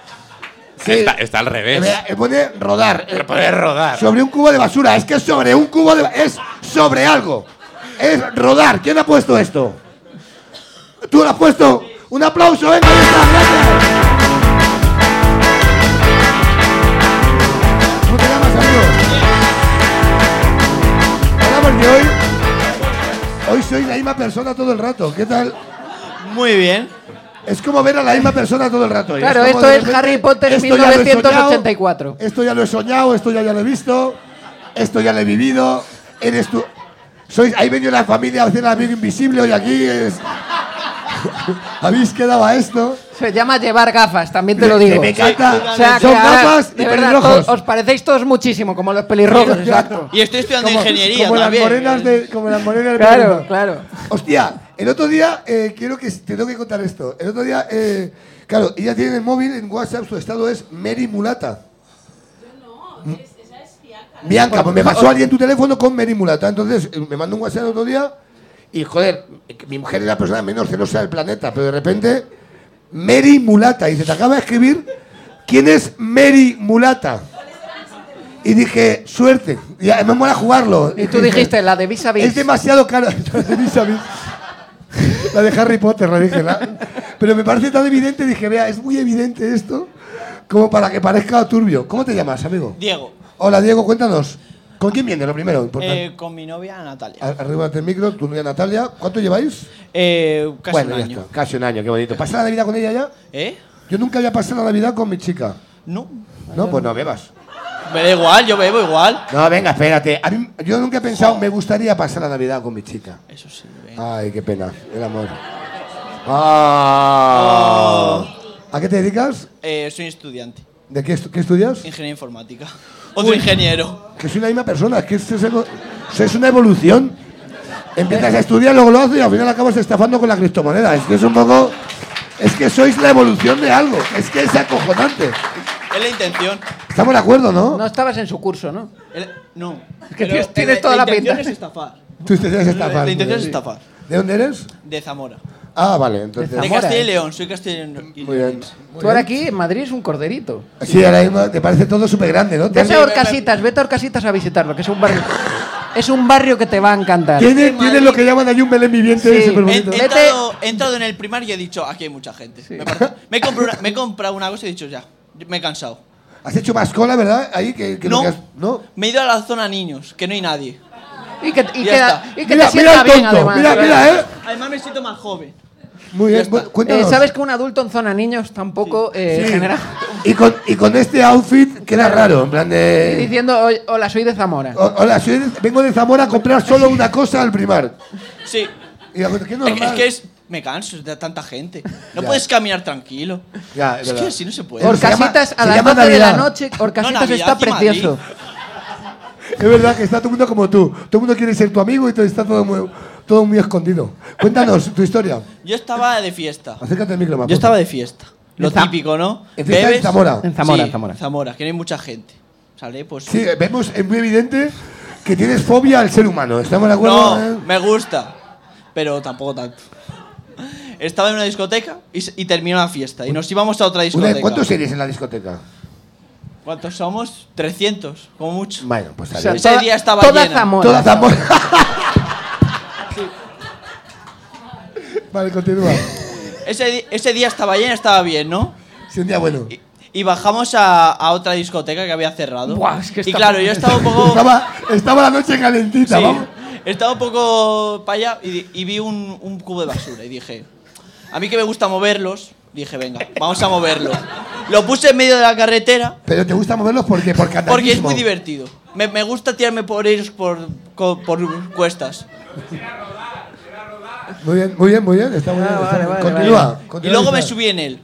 Está, está al Es revés. verdad, eh, Pone rodar. eh, Pone rodar. Sobre un cubo de basura. Es que es sobre un cubo de. Es sobre algo. Es rodar. ¿Quién ha puesto esto? ¿Tú lo has puesto? Un aplauso, venga, ahí está, gracias. No te da más, amigo. Hola, porque hoy. Hoy soy la misma persona todo el rato. ¿Qué tal? Muy bien. Es como ver a la misma persona todo el rato. Claro, como esto de es Harry Potter esto ya lo he soñado, 1984. esto ya lo he soñado, esto ya, ya lo he visto, esto ya lo he vivido. Eres tú. Sois, ahí venido la familia a hacer la vida invisible hoy aquí. es- Habéis quedado a esto. Se llama llevar gafas, también te lo Que digo. me encanta. O sea, que Son ahora, gafas y de verdad, pelirrojos. todos- os parecéis todos muchísimo, como los pelirrojos, exacto. Y estoy estudiando Como- ingeniería como también. Las morenas de, como las morenas de Claro, Pereira. claro. Hostia, el otro día, eh, quiero que te tengo que contar esto. El otro día, eh, claro, ella tiene en el móvil, en WhatsApp, su estado es Mary Mulata. Bianca, pues me pasó alguien tu teléfono con Mary Mulata. Entonces eh, me mandó un WhatsApp el otro día y, joder, mi mujer es la persona menos celosa del planeta, pero de repente, Mary Mulata. Y se te acaba de escribir, ¿quién es Mary Mulata? Y dije, suerte. Y eh, me mola jugarlo. Y tú dijiste la de vis a vis. Es demasiado caro. La de Vis a Vis. La de Harry Potter, la dije. la- Pero me parece tan evidente, dije, vea, es muy evidente esto, como para que parezca turbio. ¿Cómo te llamas, amigo? Diego, Hola, Diego, cuéntanos. ¿Con quién viene lo primero? Importante. eh, con mi novia Natalia. Ar- Arriba del micro, tu novia Natalia. ¿Cuánto lleváis? Eh, casi bueno, un ya año. está. Casi un año, qué bonito. ¿Pasar la Navidad con ella ya? ¿Eh? Yo nunca había pasado la Navidad con mi chica. No. No, pues no bebas. Me da igual, yo bebo igual. No, venga, espérate. A mí- yo nunca he pensado, me gustaría pasar la Navidad con mi chica. Eso sí. ¿eh? venga. Ay, qué pena, el amor. Oh. Ah. ¿A qué te dedicas? Eh, soy estudiante. ¿De qué, estu- qué estudias? Ingeniería informática. Otro ingeniero. Que soy la misma persona, es que esto es, algo- eso es una evolución. Empiezas a estudiar, luego lo haces y al final acabas estafando con la criptomoneda. Es que es un poco. Es que sois la evolución de algo. Es que es acojonante. Es la intención. Estamos de acuerdo, ¿no? No estabas en su curso, ¿no? El- no. Es que Pero tienes- tienes toda la intención pinta. es estafar. Tú intentas estafar. La intención es sí. estafar. ¿De dónde eres? De Zamora. Ah, vale, entonces. De Zamora, Castilla ¿eh? y León. Soy castellano. y Muy bien. Tú ahora aquí en Madrid es un corderito. Sí, ahora mismo te parece todo súper grande, ¿no? Vete a Orcasitas, vete a Orcasitas a visitarlo, que es un barrio. es un barrio que te va a encantar. Tiene, tiene lo que llaman allí un Belén viviente Sí. súper He, he bonito. Vete. entrado, he entrado en el primario y he dicho, aquí hay mucha gente. Me, parece- me he comprado una, me he comprado una cosa y he dicho, ya, me he cansado. Has hecho más cola, ¿verdad? Ahí que, que lo No, que has- no. me he ido a la zona niños, que no hay nadie. Y que, y Ya que- está. y que mira, te mira sienta el bien, tonto. además. mira, mira, eh. Además me siento más joven. Muy bien, está. bu- cuéntanos. Eh, Sabes que un adulto en zona niños tampoco eh, Sí. genera. Y con, y con este outfit que era raro, en plan de. Diciendo, "Oye, hola, soy de Zamora. Eh, "O- Hola, soy de- vengo de Zamora a comprar solo una cosa al primar. Sí. Y digo, qué Es que- normal. es que es- me canso de tanta gente. No Ya. puedes caminar tranquilo. Ya, es es que verdad. así no se puede. Por- se llama- Orcasitas a se las llama 12 de la Navidad. noche, No, Orcasitas Navidad está y Madrid. precioso. Es verdad que está todo el mundo como tú. Todo el mundo quiere ser tu amigo y todo está todo muy, todo muy escondido. Cuéntanos tu historia. Yo estaba de fiesta. Acércate al micro más. Yo estaba de fiesta. Lo En Zam- típico, ¿no? en fiesta en Bebes- Zamora. En Zamora, Sí, en Zamora. que no hay mucha gente. Sale, pues... Sí, eh, vemos, es muy evidente que tienes fobia al ser humano. ¿Estamos de acuerdo? No, eh? me gusta, pero tampoco tanto. Estaba en una discoteca y, se- y terminó la fiesta y nos íbamos a otra Una- discoteca. ¿Cuántos series en la discoteca? ¿Cuántos somos? 300, como mucho. Bueno, pues O ahí. sea, Ese día estaba toda llena. Zamora. Toda Zamora. Vale, continúa. Ese, di- ese día estaba lleno, estaba bien, ¿no? Sí, un día bueno. Y, y bajamos a, a otra discoteca que había cerrado. Buah, es que y está- claro, yo estaba un poco... Estaba, estaba la noche calentita, Sí. vamos. Estaba un poco para allá y, di- y vi un, un cubo de basura y dije, a mí que me gusta moverlos, dije, venga, vamos a moverlo. Lo puse en medio de la carretera Pero te gusta moverlos porque porque andas Porque es mismo. muy divertido. Me, me gusta tirarme por ellos por, co- por cuestas. Muy bien, muy bien, muy bien. Está muy bien. está Ah, vale, muy bien. vale, continúa, Y continúa, luego me Ismael. subí en él.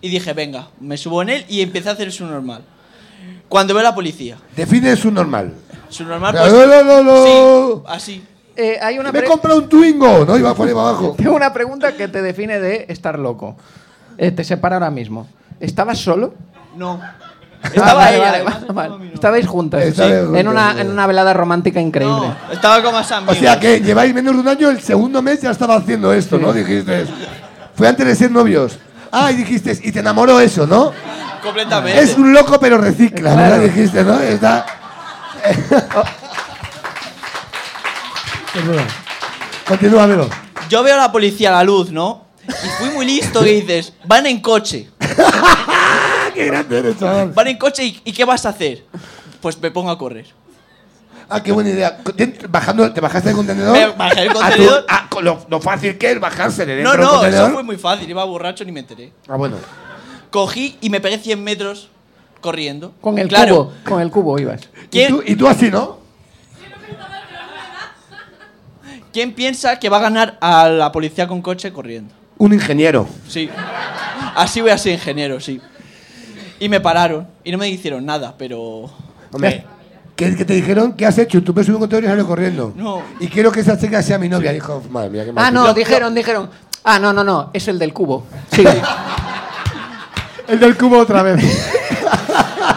Y dije, venga, me subo en él y empecé a hacer su normal. Cuando veo a la policía. Define su normal. Su normal, Lo, lo, lo, lo. Sí, así. Eh, hay una Me he pre- comprado un Twingo. No, iba por ahí para abajo. Tengo una pregunta que te define de estar loco. Eh, te separa ahora mismo. ¿Estabas solo? No. Ah, Estaba vale, ella, vale, además, vale, estaba vale. mi novia. Estabais juntas. Eh, Estabais sí, juntas, en, una, sí. en una velada romántica increíble. No, estaba con más O amigos. sea que lleváis menos de un año, el segundo mes ya estaba haciendo esto, ¿no? Dijiste. Fue antes de ser novios. Ah, y dijiste, y te enamoró eso, ¿no? Completamente. Es un loco pero recicla, ¿no? Claro. Dijiste, ¿no? Está... Perdona. Continúa, Vero. Yo veo a la policía a la luz, ¿no? Y fui muy listo que dices, van en coche. ¡Qué grande eres, chaval! Van en coche y, ¿y ¿qué vas a hacer? Pues me pongo a correr. Ah, qué buena idea. Te- Bajando, ¿Te bajaste del contenedor? Me bajé del A tu- contenedor. ah, con lo, lo fácil que es bajarse de dentro No, del no, contenedor. eso fue muy fácil, iba borracho ni me enteré. Ah, bueno. Cogí y me pegué 100 metros corriendo. Con el claro, cubo, con el cubo ibas. ¿Y ¿quién, tú, y tú así, ¿no? quién piensa que va a ganar a la policía con coche corriendo? Un ingeniero. Sí. Así voy a ser ingeniero, sí. Y me pararon y no me hicieron nada, pero. Hombre, ¿Qué, qué te dijeron? ¿Qué has hecho? Tú me subí un contenedor y salió corriendo. No. Y quiero que esa chica sea mi novia. Dijo, madre mía, qué mal. Ah, no, dijeron, dijeron. Ah, no, no, no, es el del cubo. Sí. El del cubo otra vez.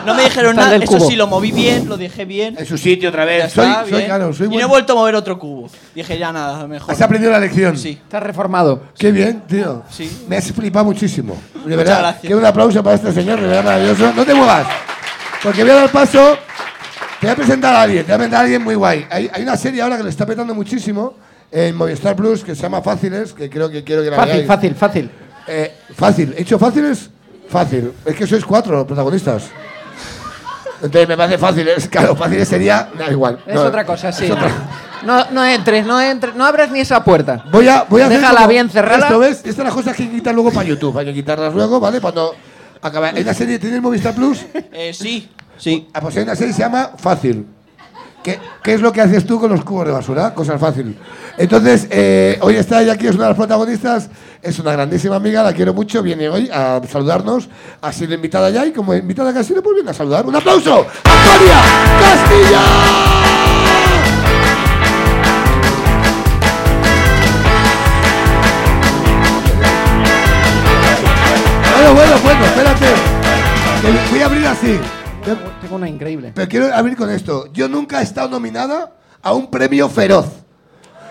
No me Está dijeron el nada, del eso cubo. sí, lo moví bien, lo dejé bien. en su sitio otra ya vez. Soy, está, soy, bien. claro, soy y no he buen- vuelto a mover otro cubo. Dije ya nada, mejor. Has aprendido la lección. Sí. Está reformado. Qué bien, tío. Sí. Me has flipado muchísimo. De Muchas verdad. gracias. Quiero un aplauso para este señor, de verdad maravilloso. No te muevas. Porque voy a dar paso. Te voy a presentar a alguien, te voy a presentar a alguien muy guay. Hay, hay una serie ahora que le está petando muchísimo en Movistar Plus que se llama Fáciles, que creo que quiero que la Fácil, veáis. fácil, fácil. Eh, fácil. ¿He hecho fáciles? Fácil. Es que sois cuatro los protagonistas. Entonces me parece fáciles. Claro, fáciles sería. Da igual. Es No, otra cosa, sí. es otra- No, no entres, no entres, no abras ni esa puerta. Voy a, voy a hacer Déjala como- bien cerrada. Esto ves, estas son las cosas que hay que quitar luego para YouTube. Hay que quitarlas luego, ¿vale? Cuando acaba. ¿Es la serie tiene el Movistar Plus? Eh, sí, sí. Ah, pues hay una serie que se llama Fácil. ¿Qué, qué es lo que haces tú con los cubos de basura? Cosas fácil. Entonces, eh, hoy está ella aquí, es una de las protagonistas, es una grandísima amiga, la quiero mucho, viene hoy a saludarnos, ha sido invitada ya y como invitada que ha sido, pues viene a saludar. ¡Un aplauso! ¡Antonia Castillo! Bueno, bueno, bueno, espérate. Que Voy a abrir así. Tengo una increíble. Pero quiero abrir con esto. Yo nunca he estado nominada a un premio feroz.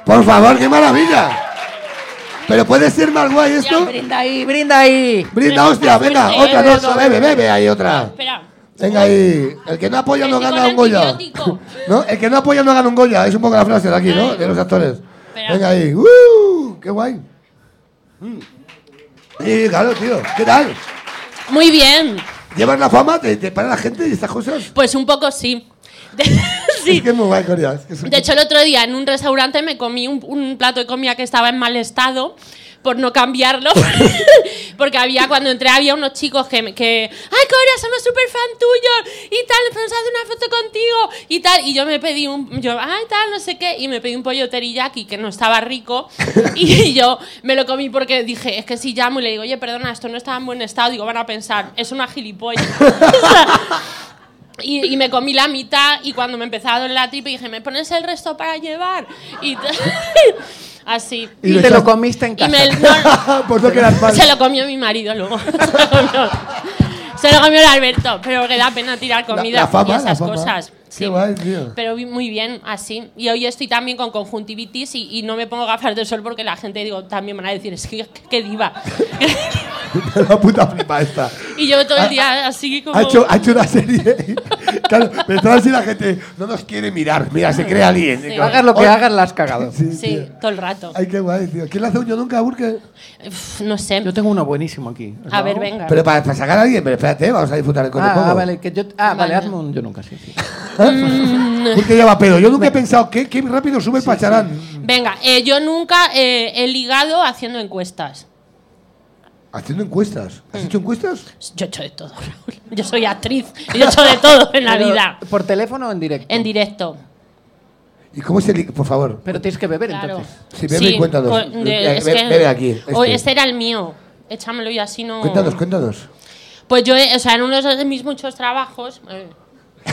Por favor, qué maravilla. Pero puede ser más guay esto. brinda ahí, brinda ahí. Brinda, hostia, venga, fuerte, otra, eh, no, Eduardo. bebe, bebe, ahí otra. Espera. Venga ahí. El que no apoya no Estoy con gana un Goya. antibiótico. ¿No? El que no apoya no gana un Goya. Es un poco la frase de aquí, ¿no? Ay. De los actores. Espera. Venga ahí. ¡Uh! ¡Qué guay! Mm. Sí, claro, tío. ¿Qué tal? Muy bien, ¿Llevas la fama? ¿Te, te para la gente y estas cosas? pues un poco sí. De, Es sí. que es muy guay, Coria. Es que es un- De hecho, el otro día en un restaurante me comí un, un plato de comida que estaba en mal estado por no cambiarlo. Porque había, cuando entré, había unos chicos que, me- que ¡Ay, Coria, somos súper fan tuyos! Y tal, nos hace una foto contigo y tal. Y yo me pedí un. Yo, ¡ay, tal, no sé qué! Y me pedí un pollo teriyaki que no estaba rico. Y yo me lo comí porque dije, es que si llamo y le digo, oye, perdona, esto no está en buen estado, digo, van a pensar, es una gilipollas. O sea, y, y me comí la mitad y cuando me empezaba a doler la tripa dije, ¿me pones el resto para llevar? Y t- así. Y, te lo comiste en Y casa. me- no, pues no quedas mal. se lo comió mi marido luego. se, lo comió, se lo comió el Alberto, pero que da pena tirar La- comida la fama, y esas la fama. cosas. Sí. Qué guay, tío. Pero vi- muy bien, así. Y hoy estoy también con conjuntivitis y, y no me pongo gafas de sol porque la gente, digo, también van a decir, es que qué diva. la puta flipa esta. y yo todo el día así como... Ah, Ha hecho, ha hecho una serie. claro, pero estaba así la gente. No nos quiere mirar. Mira, se cree alguien. Sí. Digo, Hagas lo que "Oye". hagas, la has cagado. Sí, Sí, tío. todo el rato. Ay, qué guay, tío. ¿Quién le hace un yo nunca, Burke? Uf, no sé. Yo tengo uno buenísimo aquí. A ver, venga. Pero para, para sacar a alguien, pero espérate, vamos a disfrutar el coño Ah, poco. vale, que yo, ah, vale, Vale. hazme un yo nunca, sí, sí. Mm. Burke lleva pedo. Yo nunca he pensado que qué rápido sube el pacharán. Venga, eh, yo nunca eh, he ligado haciendo encuestas. Haciendo encuestas. ¿Has hecho encuestas? Yo he hecho de todo, Raúl. Yo soy actriz. y Yo he hecho de todo en la Pero, vida. ¿Por teléfono o en directo? En directo. ¿Y cómo se li- Por favor. Pero tienes que beber, Claro. entonces. Sí, bebe y cuéntanos. con- pues, de- Eh, es be- que- bebe aquí, o este. este era el mío. Échamelo y así no. Cuéntanos, cuéntanos. Pues yo, he- o sea, en uno de mis muchos trabajos. eh, Ay.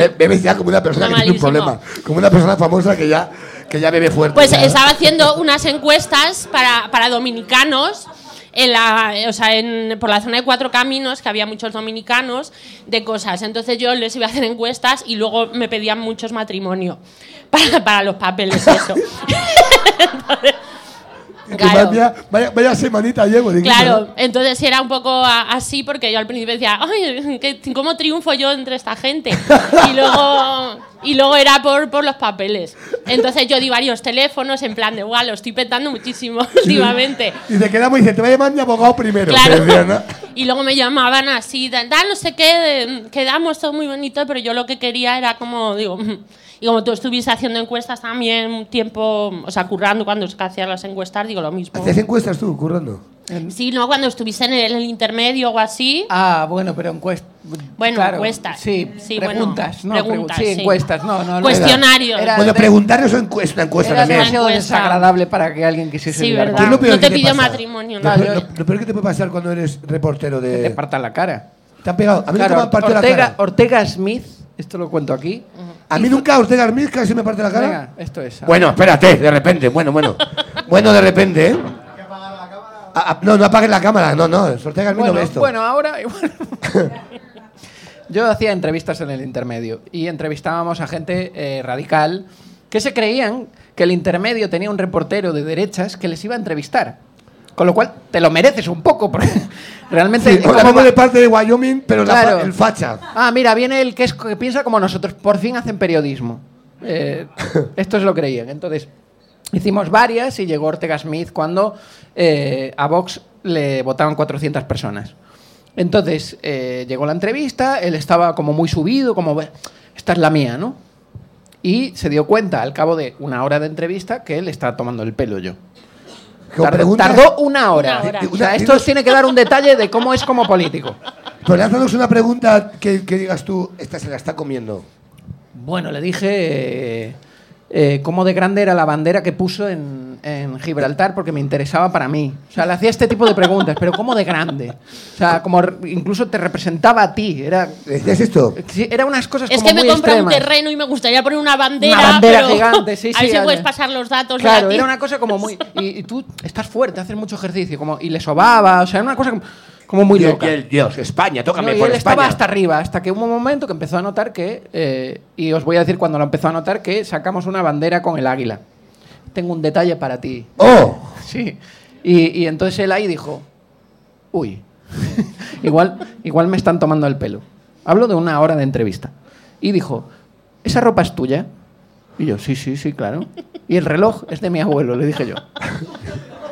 Be- Bebes ya como una persona Está que tiene un malísimo. problema. Como una persona famosa que ya, que ya bebe fuerte. Pues ya. estaba haciendo unas encuestas para, para dominicanos. En la, o sea, en- por la zona de Cuatro Caminos, que había muchos dominicanos, de cosas. Entonces yo les iba a hacer encuestas y luego me pedían muchos matrimonio para, para los papeles, eso. Y circunstancia. Vaya, vaya semanita llevo. digo, Claro, ¿no? entonces era un poco a- así porque yo al principio decía, ay, ¿qué- ¿cómo triunfo yo entre esta gente? Y luego, y luego era por, por los papeles. Entonces yo di varios teléfonos en plan de, guau, lo estoy petando muchísimo últimamente. Y te quedamos y dice, te voy a llamar mi abogado primero. Claro. te decía, ¿no? Y luego me llamaban así, tal, tal, no sé qué, de- quedamos todo muy bonito, pero yo lo que quería era como, digo, y como tú estuviste haciendo encuestas también un tiempo, o sea, currando cuando hacías las encuestas, digo lo mismo. ¿Hacías encuestas tú, currando? Sí, no, cuando estuviste en el, en el intermedio o así. Ah, bueno, pero encuestas. Bueno, claro, encuestas. Sí, bueno, preguntas, no, pregu- preguntas, sí, encuestas, no, no, no. Cuestionarios. Era- Bueno, preguntarles o encuesta, una encuesta Era también. demasiado Encuesta. desagradable para que alguien quisiese Sí, ligar verdad. ¿Qué es lo peor No te que pidió pasa? matrimonio, Lo, no. peor- lo- lo peor que te puede pasar cuando eres reportero de. te parta la cara. Te han pegado. A mí Claro, nunca me han partido la Ortega, cara. Ortega Smith, esto lo cuento aquí. A mí nunca Ortega Smith casi me parte la cara. Venga, esto es. Bueno, espérate, de repente, bueno, bueno. bueno, de repente, ¿eh? Ah, ah, no, no apagues la cámara, no, no, Ortega Smith no ve Bueno, esto. bueno, ahora igual. Yo hacía entrevistas en el intermedio y entrevistábamos a gente eh, radical que se creían que el intermedio tenía un reportero de derechas que les iba a entrevistar. Con lo cual, te lo mereces un poco, porque realmente. Sí, claro, vamos de parte de Wyoming, pero la fa- Claro. el facha. Ah, mira, viene el que, es, que piensa como nosotros. Por fin hacen periodismo. Eh, estos lo creían. Entonces, hicimos varias y llegó Ortega Smith cuando eh, a Vox le votaban 400 personas. Entonces, eh, llegó la entrevista, él estaba como muy subido, como, "Bueno, esta es la mía, ¿no? Y se dio cuenta al cabo de una hora de entrevista que él estaba tomando el pelo yo. Con Tardó, preguntas- tardó una hora. Una hora. O sea, esto os tiene que dar un detalle de cómo es como político. Pero lánzanos una pregunta que, que digas tú, esta se la está comiendo. Bueno, le dije eh, eh, cómo de grande era la bandera que puso en, en Gibraltar porque me interesaba para mí. O sea, le hacía este tipo de preguntas, pero cómo de grande. O sea, como re- incluso te representaba a ti. Era, ¿Decías esto? Sí, era unas cosas Es como que me muy compra un extremas. terreno y me gustaría poner una bandera. Una bandera pero gigante, sí, A ver sí, si a- puedes pasar los datos. Claro, gratis. era una cosa como muy. Y, y tú estás fuerte, haces mucho ejercicio, como y le sobaba, o sea, era una cosa como, como muy Dios, loca. Dios, Dios, España, tócame No, y por él estaba España. hasta arriba, hasta que hubo un momento que empezó a notar que, eh, y os voy a decir cuando lo empezó a notar, que sacamos una bandera con el águila. Tengo un detalle para ti. ¡Oh! Sí. Y, y entonces Pues él ahí dijo, uy, igual, igual me están tomando el pelo. Hablo de una hora de entrevista. Y dijo, ¿esa ropa es tuya? Y yo, sí, sí, sí, claro. Y el reloj es de mi abuelo, le dije yo.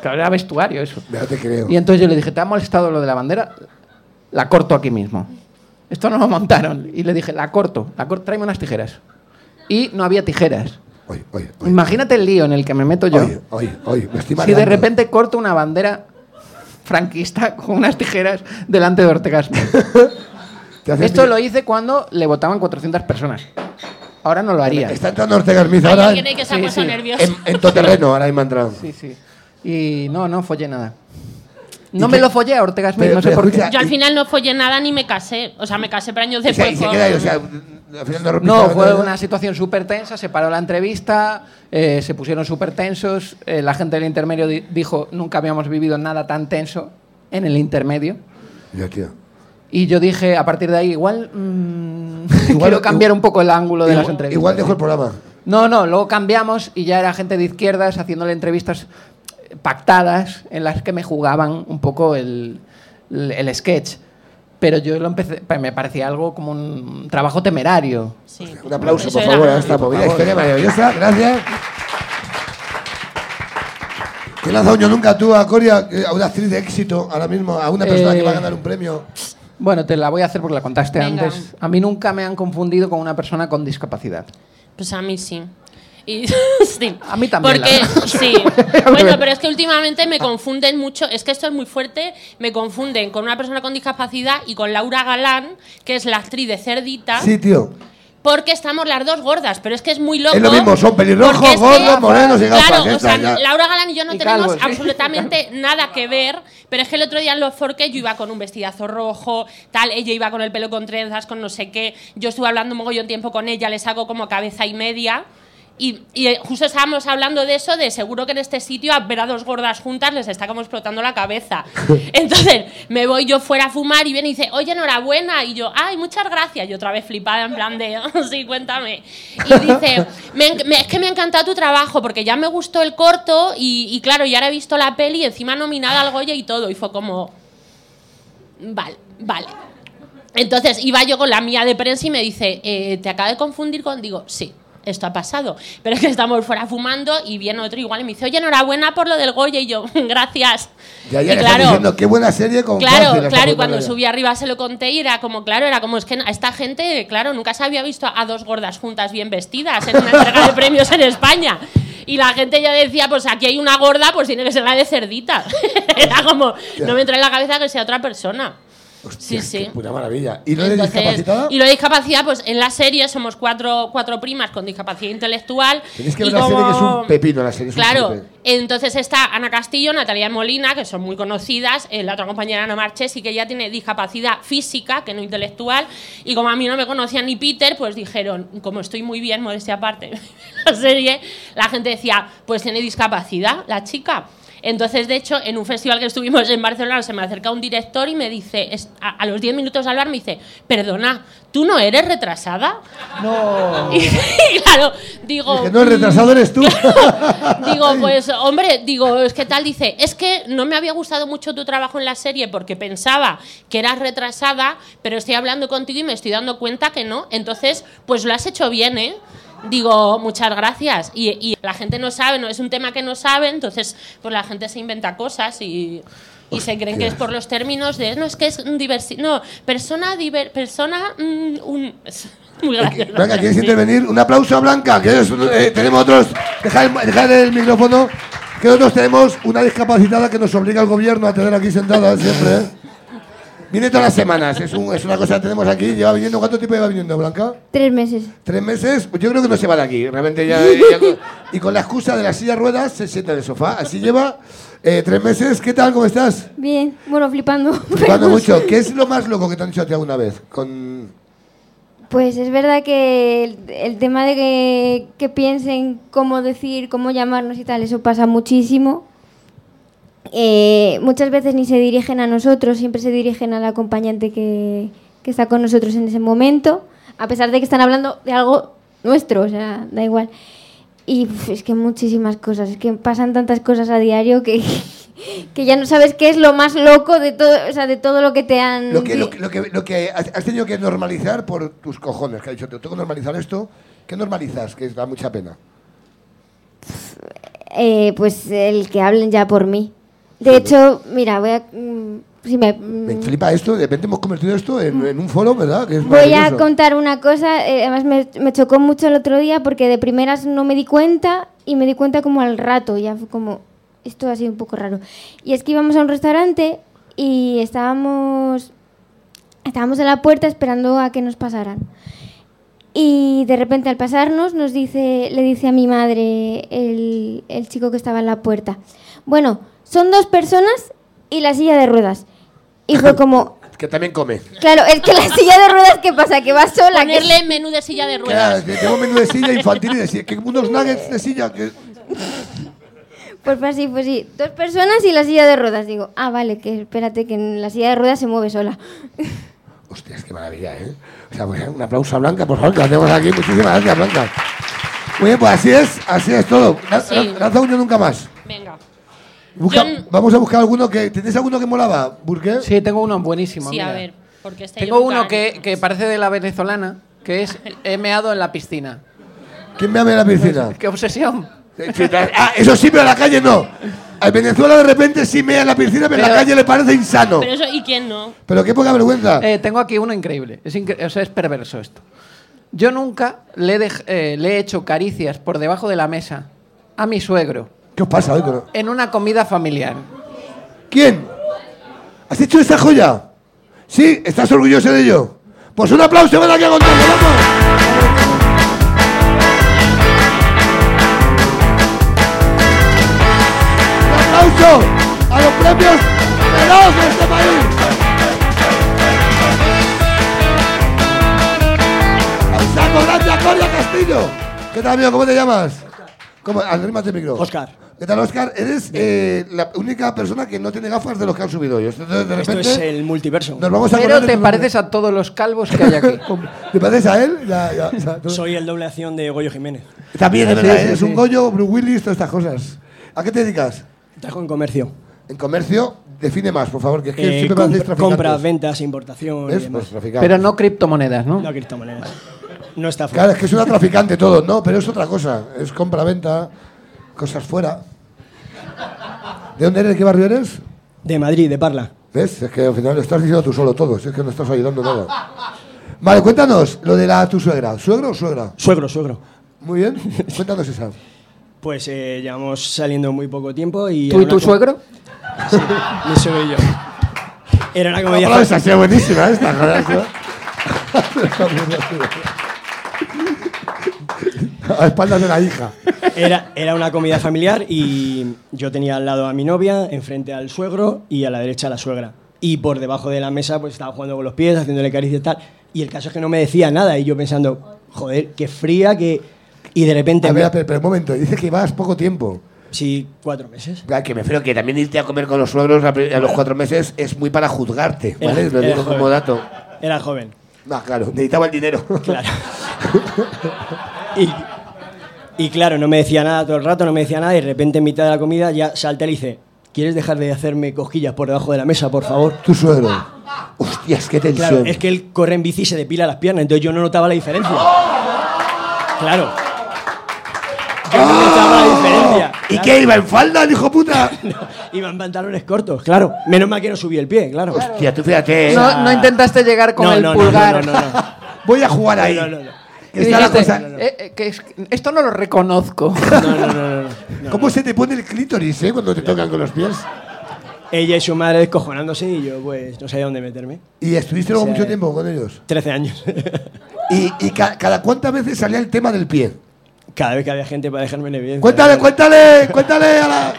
Claro, era vestuario eso. Ya te creo. Y entonces yo le dije, ¿te ha molestado lo de la bandera? La corto aquí mismo. Esto no lo montaron. Y le dije, la corto, la corto, tráeme unas tijeras. Y no había tijeras. Oye, oye, Imagínate el lío en el que me meto yo. oye, oye, oye, me estoy si de mareando. repente corto una bandera franquista con unas tijeras delante de Ortega Smith. Te haces Esto mi- lo hice cuando le votaban 400 personas. Ahora no lo haría. Está entrando Ortega Smith Hay ahora alguien en, que se ha Sí, puesto sí. nervioso. en tu terreno, ahora mismo ha entrado. Sí, sí. Y no, no follé nada. No ¿Y me qué? lo follé a Ortega Smith, Pero- no sé pero por qué. escucha, Yo al y- final no follé nada ni me casé. O sea, me casé por años O sea, después. y se con- queda ahí, o sea, al final no rompiste No, la fue bandera. una situación súper tensa, se paró la entrevista, eh, se pusieron súper tensos, eh, la gente del intermedio di- dijo, nunca habíamos vivido nada tan tenso en el intermedio. Ya, tío. Y yo dije, a partir de ahí, igual, mm, Igual- quiero cambiar un poco el ángulo de las Igual, entrevistas. igual dejo el programa. No, no, luego cambiamos y ya era gente de izquierdas haciéndole entrevistas eh, pactadas en las que me jugaban un poco el, el- el sketch. Pero yo lo empecé, pa- me parecía algo como un trabajo temerario. Sí. Un aplauso, Eso por era- favor, a esta movida. Historia maravillosa, gracias. ¿Qué le has dado yo nunca tú a Coria, eh, a una actriz de éxito, ahora mismo, a una persona que va a Eh. ganar un premio? Bueno, te la voy a hacer porque la contaste Venga. antes. A mí nunca me han confundido con una persona con discapacidad. Pues a mí sí. Y, sí. A mí también, Porque, la verdad. sí. bueno, pero es que últimamente me confunden mucho. Es que esto es muy fuerte. Me confunden con una persona con discapacidad y con Laura Galán, que es la actriz de Cerdita. Sí, tío. Porque estamos las dos gordas, pero es que es muy loco. Es lo mismo, son pelirrojos, porque es que- gordos, morenos y gafas, Claro, ya o sea, está, ya. Laura Galán y yo no Y tenemos calvos. absolutamente nada que ver, pero es que el otro día en los forques yo iba con un vestidazo rojo, tal, ella iba con el pelo con trenzas, con no sé qué. Yo estuve hablando un mogollón tiempo con ella, le saco como cabeza y media. Y, y, eh, justo estábamos hablando de eso, de seguro que en este sitio a ver a dos gordas juntas les está como explotando la cabeza. Entonces me voy yo fuera a fumar y viene y dice, oye, enhorabuena. Y yo, ay, muchas gracias. Y otra vez flipada en plan de, sí, cuéntame. Y dice, "Me en- me- es que me ha encantado tu trabajo porque ya me gustó el corto y, y claro, ya ahora he visto la peli, encima nominada al Goya y todo. Y fue como, vale, vale. Entonces iba yo con la mía de prensa y me dice, "Eh, ¿te acaba de confundir con...? Digo, sí, esto ha pasado. Pero es que estamos fuera fumando y viene otro igual y me dice, oye, enhorabuena por lo del Goya. Y yo, gracias. Ya, ya, y le están diciendo, qué buena serie con Francis, eh, Claro, claro, la y facultad cuando de ella". subí arriba se lo conté y era como, claro, era como es que a esta gente, claro, nunca se había visto a dos gordas juntas bien vestidas en una entrega de premios en España. Y la gente ya decía, pues aquí hay una gorda, pues tiene que ser la de cerdita. era como, no me entra en la cabeza que sea otra persona. sí, sí. Una maravilla. ¿Y no eres Entonces, discapacitada? y lo de discapacidad, pues en la serie somos cuatro, cuatro primas con discapacidad intelectual. Tenéis que y ver la serie que es como- un pepino, la serie es un Claro, pepino. entonces está Ana Castillo, Natalia Molina, que son muy conocidas, eh, la otra compañera Ana Marchesi, que ya tiene discapacidad física, que no intelectual, y como a mí no me conocían ni Peter, pues dijeron, como estoy muy bien, modestia aparte, la serie, la gente decía, pues tiene discapacidad la chica. Entonces, de hecho, en un festival que estuvimos en Barcelona, se me acerca un director y me dice, es- a, a los 10 minutos de hablar, me dice, perdona, ¿tú no eres retrasada? No. Y, claro, digo... Que no, el retrasado eres tú. Digo, pues hombre, digo, es que tal dice, es que no me había gustado mucho tu trabajo en la serie porque pensaba que eras retrasada, pero estoy hablando contigo y me estoy dando cuenta que no. Entonces, pues lo has hecho bien, ¿eh? Digo, muchas gracias. Y, y la gente no sabe, no es un tema que no sabe, entonces pues la gente se inventa cosas y, y se creen que es por los términos de, no, es que es diversidad, no, persona, diver- persona, mm, un... es muy gracioso. Blanca, ¿quieres intervenir? Un aplauso a Blanca, que es- eh, tenemos otros. Dejad el, dejad el micrófono, que nosotros tenemos una discapacitada que nos obliga el gobierno a tener aquí sentada siempre. ¿eh? Viene todas las semanas, es, un- es una cosa que tenemos aquí. Lleva viniendo, ¿cuánto tiempo lleva viniendo, Blanca? Tres meses. ¿Tres meses? Pues yo creo que no se va de aquí, realmente ya. ya con- y con la excusa de la silla de ruedas se sienta en el sofá. Así lleva eh, tres meses. ¿Qué tal? ¿Cómo estás? Bien, bueno, flipando. Flipando mucho. ¿Qué es lo más loco que te han dicho a ti alguna vez? Con... Pues es verdad que el, el tema de que, que piensen cómo decir, cómo llamarnos y tal, eso pasa muchísimo. Eh, muchas veces ni se dirigen a nosotros, siempre se dirigen al acompañante que, que está con nosotros en ese momento, a pesar de que están hablando de algo nuestro, o sea, da igual. Y uf, es que muchísimas cosas, es que pasan tantas cosas a diario que, que ya no sabes qué es lo más loco de todo, o sea, de todo lo que te han... Lo que, lo, que- lo que, lo que has has tenido que normalizar por tus cojones, que has dicho, tengo que normalizar esto. ¿Qué normalizas? Que da mucha pena. Eh, pues el que hablen ya por mí. De hecho, mira, voy a... mm, si me, mm, Me flipa esto, de repente hemos convertido esto en, en un foro, ¿verdad? Que es Voy a maravilloso. contar una cosa, eh, además me, me chocó mucho el otro día porque de primeras no me di cuenta y me di cuenta como al rato, ya fue como, esto ha sido un poco raro. Y es que íbamos a un restaurante y estábamos, estábamos en la puerta esperando a que nos pasaran. Y de repente al pasarnos nos dice, le dice a mi madre el, el chico que estaba en la puerta, bueno, son dos personas y la silla de ruedas. Y fue como, Que también come. Claro, es que la silla de ruedas, ¿qué pasa? Que va sola. que- Ponerle menú de silla de ruedas. Claro, que tengo menú de silla infantil y de silla. Que unos nuggets de silla. Que... Pues fue así, pues sí. Dos personas y la silla de ruedas. Digo, ah, vale, que espérate, que en la silla de ruedas se mueve sola. Hostias, qué maravilla, ¿eh? O sea, pues, un aplauso a Blanca, por favor, que la tenemos aquí. Muchísimas gracias, Blanca. Muy bien, pues así es, así es todo. Na- Sí. na- Lanza uno nunca más. Venga. Busca- Yo- Vamos a buscar alguno que. ¿Tenéis alguno que molaba, Burke? Sí, tengo uno buenísimo. Sí, mira. a ver, porque este Tengo yo nunca- uno que, que parece de la venezolana, que es he meado en la piscina. ¿Quién me abre la piscina? ¡Qué obsesión! Ah, eso sí, pero en la calle no. A Venezuela de repente sí mea en la piscina, pero en la Pero- calle le parece insano. Pero eso, ¿y quién no? Pero qué poca vergüenza. Eh, tengo aquí uno increíble. Es, incre- o sea, es perverso esto. Yo nunca le, he dej- eh, le he hecho caricias por debajo de la mesa a mi suegro ¿Qué os pasa hoy? pero? en una comida familiar. ¿Quién? ¿Has hecho esta joya? ¿Sí? ¿Estás orgulloso de ello? Pues un aplauso, ven aquí a contarlo, vamos. Un aplauso a los premios Veloz de este país. Al saco grande a Coria Castillo. ¿Qué tal, amigo? ¿Cómo te llamas? ¿Cómo? Arrímate el micro. Oscar. ¿Qué tal, Oscar? Eres eh, la única persona que no tiene gafas de los que han subido hoy. Entonces, de repente, Esto es el multiverso. nos vamos a Pero acordar de te tu pareces a todos los calvos que hay aquí. ¿Te pareces a él? Ya, ya, o sea, tú- Soy el doble acción de Goyo Jiménez. También, es Sí, verdad, sí, ¿eh? eres sí. un Goyo, Bruce Willis, todas estas cosas. ¿A qué te dedicas? Trabajo en comercio. En comercio, define más, por favor, que es que Eh, siempre me hacéis comp- compras, traficantes. ventas, importación y ¿Ves? demás. Pues traficantes. Pero no criptomonedas, ¿no? No criptomonedas. No está fuera. Claro, es que es una traficante todo, no, pero es otra cosa. Es compra-venta, cosas fuera. ¿De dónde eres? ¿De qué barrio eres? De Madrid, de Parla. ¿Ves? Es que al final lo estás diciendo tú solo todo, si es que no estás ayudando nada. Vale, cuéntanos lo de la tu suegra. ¿Suegro o suegra? Suegro, suegro. Muy bien, cuéntanos esa. Pues eh, llevamos saliendo muy poco tiempo y... ¿Tú era y una tu com- suegro? Sí, mi suegro y yo. Era una comedia... Hola, fa- esa ha sido buenísima esta, joder. esta. A espaldas de la hija. Era, era una comida familiar y yo tenía al lado a mi novia, enfrente al suegro y a la derecha a la suegra. Y por debajo de la mesa pues estaba jugando con los pies, haciéndole caricias y tal. Y el caso es que no me decía nada y yo pensando, joder, qué fría, que... Y de repente... A ver, a ver, pero un momento, dices que vas poco tiempo. Sí, cuatro meses. Ah, que me refiero que también irte a comer con los suegros a, pri- a los cuatro meses es muy para juzgarte, Era- ¿vale? Lo era digo como joven. dato. Era joven. Ah, claro, necesitaba el dinero. Claro. Y, y claro, no me decía nada todo el rato, no me decía nada, y de repente en mitad de la comida ya salta y le dice, ¿quieres dejar de hacerme cosquillas por debajo de la mesa, por favor? Tu suegro. Hostias, qué tensión. Claro, es que él corre en bici y se depila las piernas, entonces yo no notaba la diferencia. Claro. Yo no notaba la diferencia. ¿Y claro. qué iba en falda, el hijo puta? Iba en pantalones cortos, claro. Menos mal que no subí el pie, claro. Hostia, tú fíjate, eh. No, no intentaste llegar con No, el no, no, pulgar. no, no, no, no. Voy a jugar ahí. No, no, no, no. Que está la Dijiste, cosa- eh, eh, que es- esto no lo reconozco. No, no, no, no, no. ¿Cómo se te pone el clítoris, eh, cuando te tocan con los pies? Ella y su madre descojonándose y yo pues no sabía dónde meterme. ¿Y estuviste luego Sí. mucho tiempo con ellos? 13 años. ¿Y, y ca- cada cuántas veces salía el tema del pie? Cada vez que había gente para dejarme en evidencia. Cuéntale, cuéntale, cuéntale a la-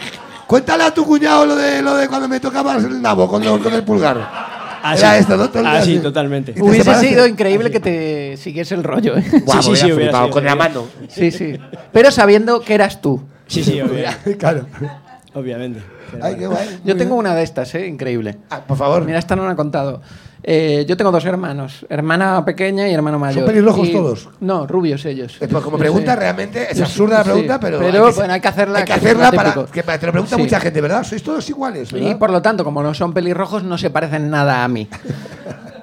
Cuéntale a tu cuñado lo de, lo de cuando me tocabas el nabo con, lo- con el pulgar. Así, Era esto, ¿no? Todo el día así, así. totalmente. Y- te Hubiese separaste? sido increíble que te siguiese el rollo. ¿eh? Guau, sí, hubiera sí, hubiera flipado, sido con la genial. mano. Sí, sí. Pero sabiendo que eras tú. Sí, sí, obvia- claro. obviamente. Pero Ay, bueno. qué guay. Yo tengo una de estas, ¿eh? Increíble. Ah, por favor. Mira, esta no la han contado. Eh, yo tengo dos hermanos, hermana pequeña y hermano mayor. pelirrojos Y- todos? No, rubios ellos. Eh, pues como Yo pregunta, sé. realmente es Yo absurda la sí, pregunta, pero. pero, hay que, bueno, hay que hacerla- Hay que que es hacerla lo para. típico. Que te lo pregunta Sí. mucha gente, ¿verdad? Sois todos iguales, ¿verdad? Y por lo tanto, como no son pelirrojos, no se parecen nada a mí.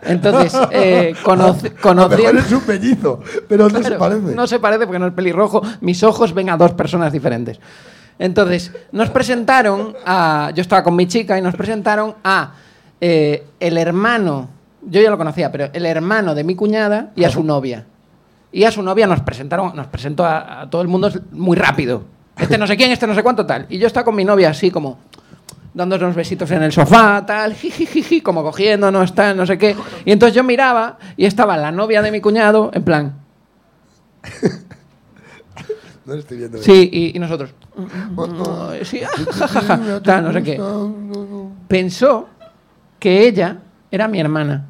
Entonces, eh, conoci- A lo conociendo... mejor es un pellizo, pero no se Claro, parece. No se parece porque no es pelirrojo. Mis ojos ven a dos personas diferentes. Entonces, nos presentaron a. Yo estaba con mi chica y nos presentaron a eh, el hermano. Yo ya lo conocía, pero el hermano de mi cuñada y a su novia. Y a su novia nos presentaron, nos presentó a, a todo el mundo muy rápido. Este no sé quién, este no sé cuánto, tal. Y yo estaba con mi novia así como dándonos besitos en el sofá, tal, jijijiji, como cogiéndonos, tal, no sé qué. Y entonces yo miraba y estaba la novia de mi cuñado, en plan, No lo estoy viendo. Sí, y, y nosotros. mm, mm, mm, Sí, ah, ja, ja, ja, tal, no sé qué. Pensó que ella era mi hermana.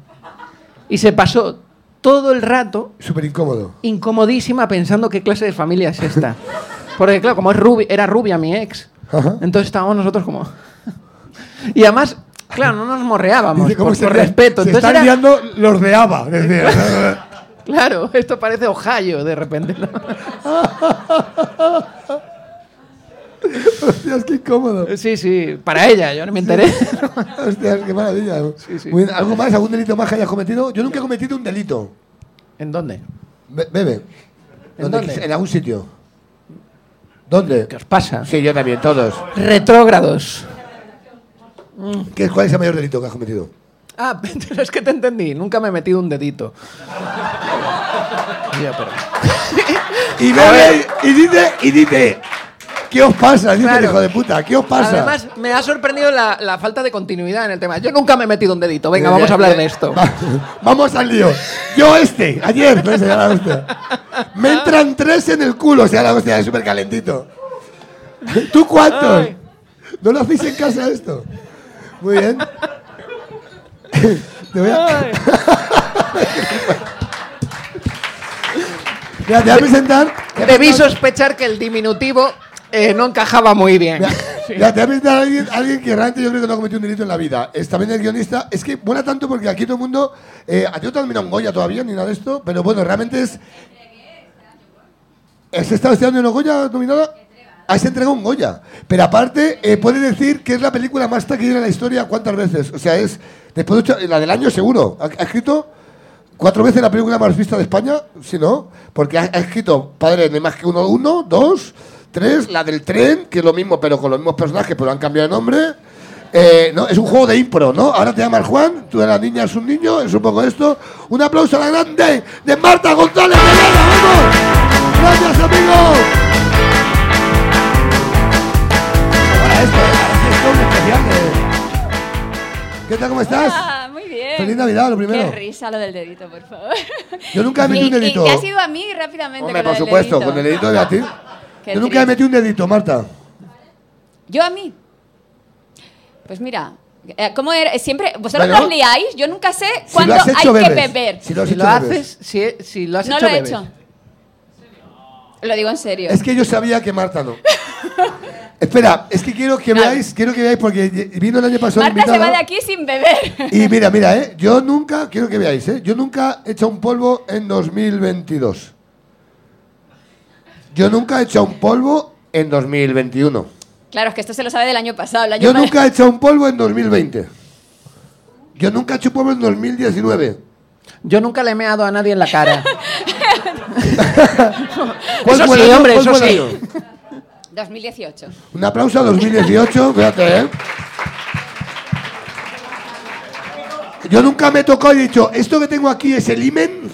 Y se pasó todo el rato Súper incómodo. incomodísima pensando qué clase de familia es esta. Porque, claro, como es rubi- era rubia mi ex, Ajá. entonces estábamos nosotros como. y además, claro, no nos morreábamos Dice, ¿cómo por, se por rea- respeto. Se Entonces están era- liando los de ABBA. decía. Claro, esto parece Ohio de repente. ¿no? Hostias, qué incómodo. sí, sí, para ella, yo no me enteré. Hostias, qué maravilla. sí. Muy bien. ¿Algo más? ¿Algún delito más que hayas cometido? Yo nunca he cometido un delito. ¿En dónde? Be- Bebe. ¿En ¿Dónde? dónde? En algún sitio. ¿Dónde? ¿Qué os pasa? Sí, yo también, todos. Retrógrados. ¿Qué, ¿Cuál es el mayor delito que has cometido? Ah, pero es que te entendí. Nunca me he metido un dedito. Ya, pero- Y bebe y dice, y dice, ¿qué os pasa? Dice el Claro. hijo de puta, ¿qué os pasa? Además, me ha sorprendido la, la falta de continuidad en el tema. Yo nunca me he metido un dedito. Venga, Eh, vamos eh, a hablar eh, de esto. va- vamos al lío. Yo este, ayer, pues, se llama la hostia. Me entran tres en el culo, se llama la hostia, es súper calentito. ¿Tú cuántos? Ay. ¿No lo hacéis en casa esto? Muy bien. Te voy a... Ay. Mira, te voy a presentar, te voy Debí sospechar que el diminutivo eh, no encajaba muy bien. Ya, te ha pintado alguien, alguien que realmente yo creo que no ha cometido un delito en la vida. Es también el guionista. Es que mola tanto porque aquí todo el mundo. eh, a ti no te han nominado un Goya todavía ni nada de esto, pero bueno, realmente es. ¿Es está estudiando en los Goya nominado? Ah, se entregó un Goya. Pero aparte, eh, puede decir que es la película más taquillera de la historia cuántas veces. O sea, es. Después de ocho- la del año, seguro. Ha, ha escrito cuatro veces la película más vista de España, si no. Porque ha, ha escrito, padre, no hay más que uno, uno, dos, tres. La del tren, que es lo mismo, pero con los mismos personajes, pero han cambiado de nombre. Eh, no, es un juego de impro, ¿no? Ahora te llamas Juan, tú eras niña, es un niño, es un poco esto. Un aplauso a la grande de Marta González. ¡Vamos! Gracias, amigos. ¿Qué tal? ¿Cómo estás? Hola, Ah, muy bien. Feliz Navidad, lo primero. Qué risa lo del dedito, por favor. Yo nunca he metido un Y- y dedito. que ha sido a mí rápidamente. Hombre, por con lo del supuesto, dedito. con el dedito de a ti. Qué Yo nunca he triste. metido un dedito, Marta. Yo a mí. Pues mira, eh, ¿cómo era? Siempre, vosotros Bueno. los liáis, yo nunca sé Si cuándo lo has hecho, hay que bebes. beber. Si lo has Si hecho, lo bebes. haces, si, lo has no hecho, lo he bebes. hecho. Lo digo en serio. Es que yo sabía que Marta no. Espera, es que quiero que veáis, quiero que veáis porque vino el año pasado Marta se invitada. va de aquí sin beber. Y mira, mira, eh, yo nunca, quiero que veáis, eh, yo nunca he hecho un polvo en 2022. Yo nunca he hecho un polvo en 2021. Claro, es que esto se lo sabe del año pasado. El año Yo pa- nunca he hecho un polvo en 2020. Yo nunca he hecho un polvo en 2019. Yo nunca le he meado a nadie en la cara. ¿Cuál eso fue el sí, año? hombre, ¿Cuál eso fue sí. el año? 2018. Un aplauso a 2018, fíjate, ¿eh? Yo nunca me he tocado y he dicho, ¿esto que tengo aquí es el imen?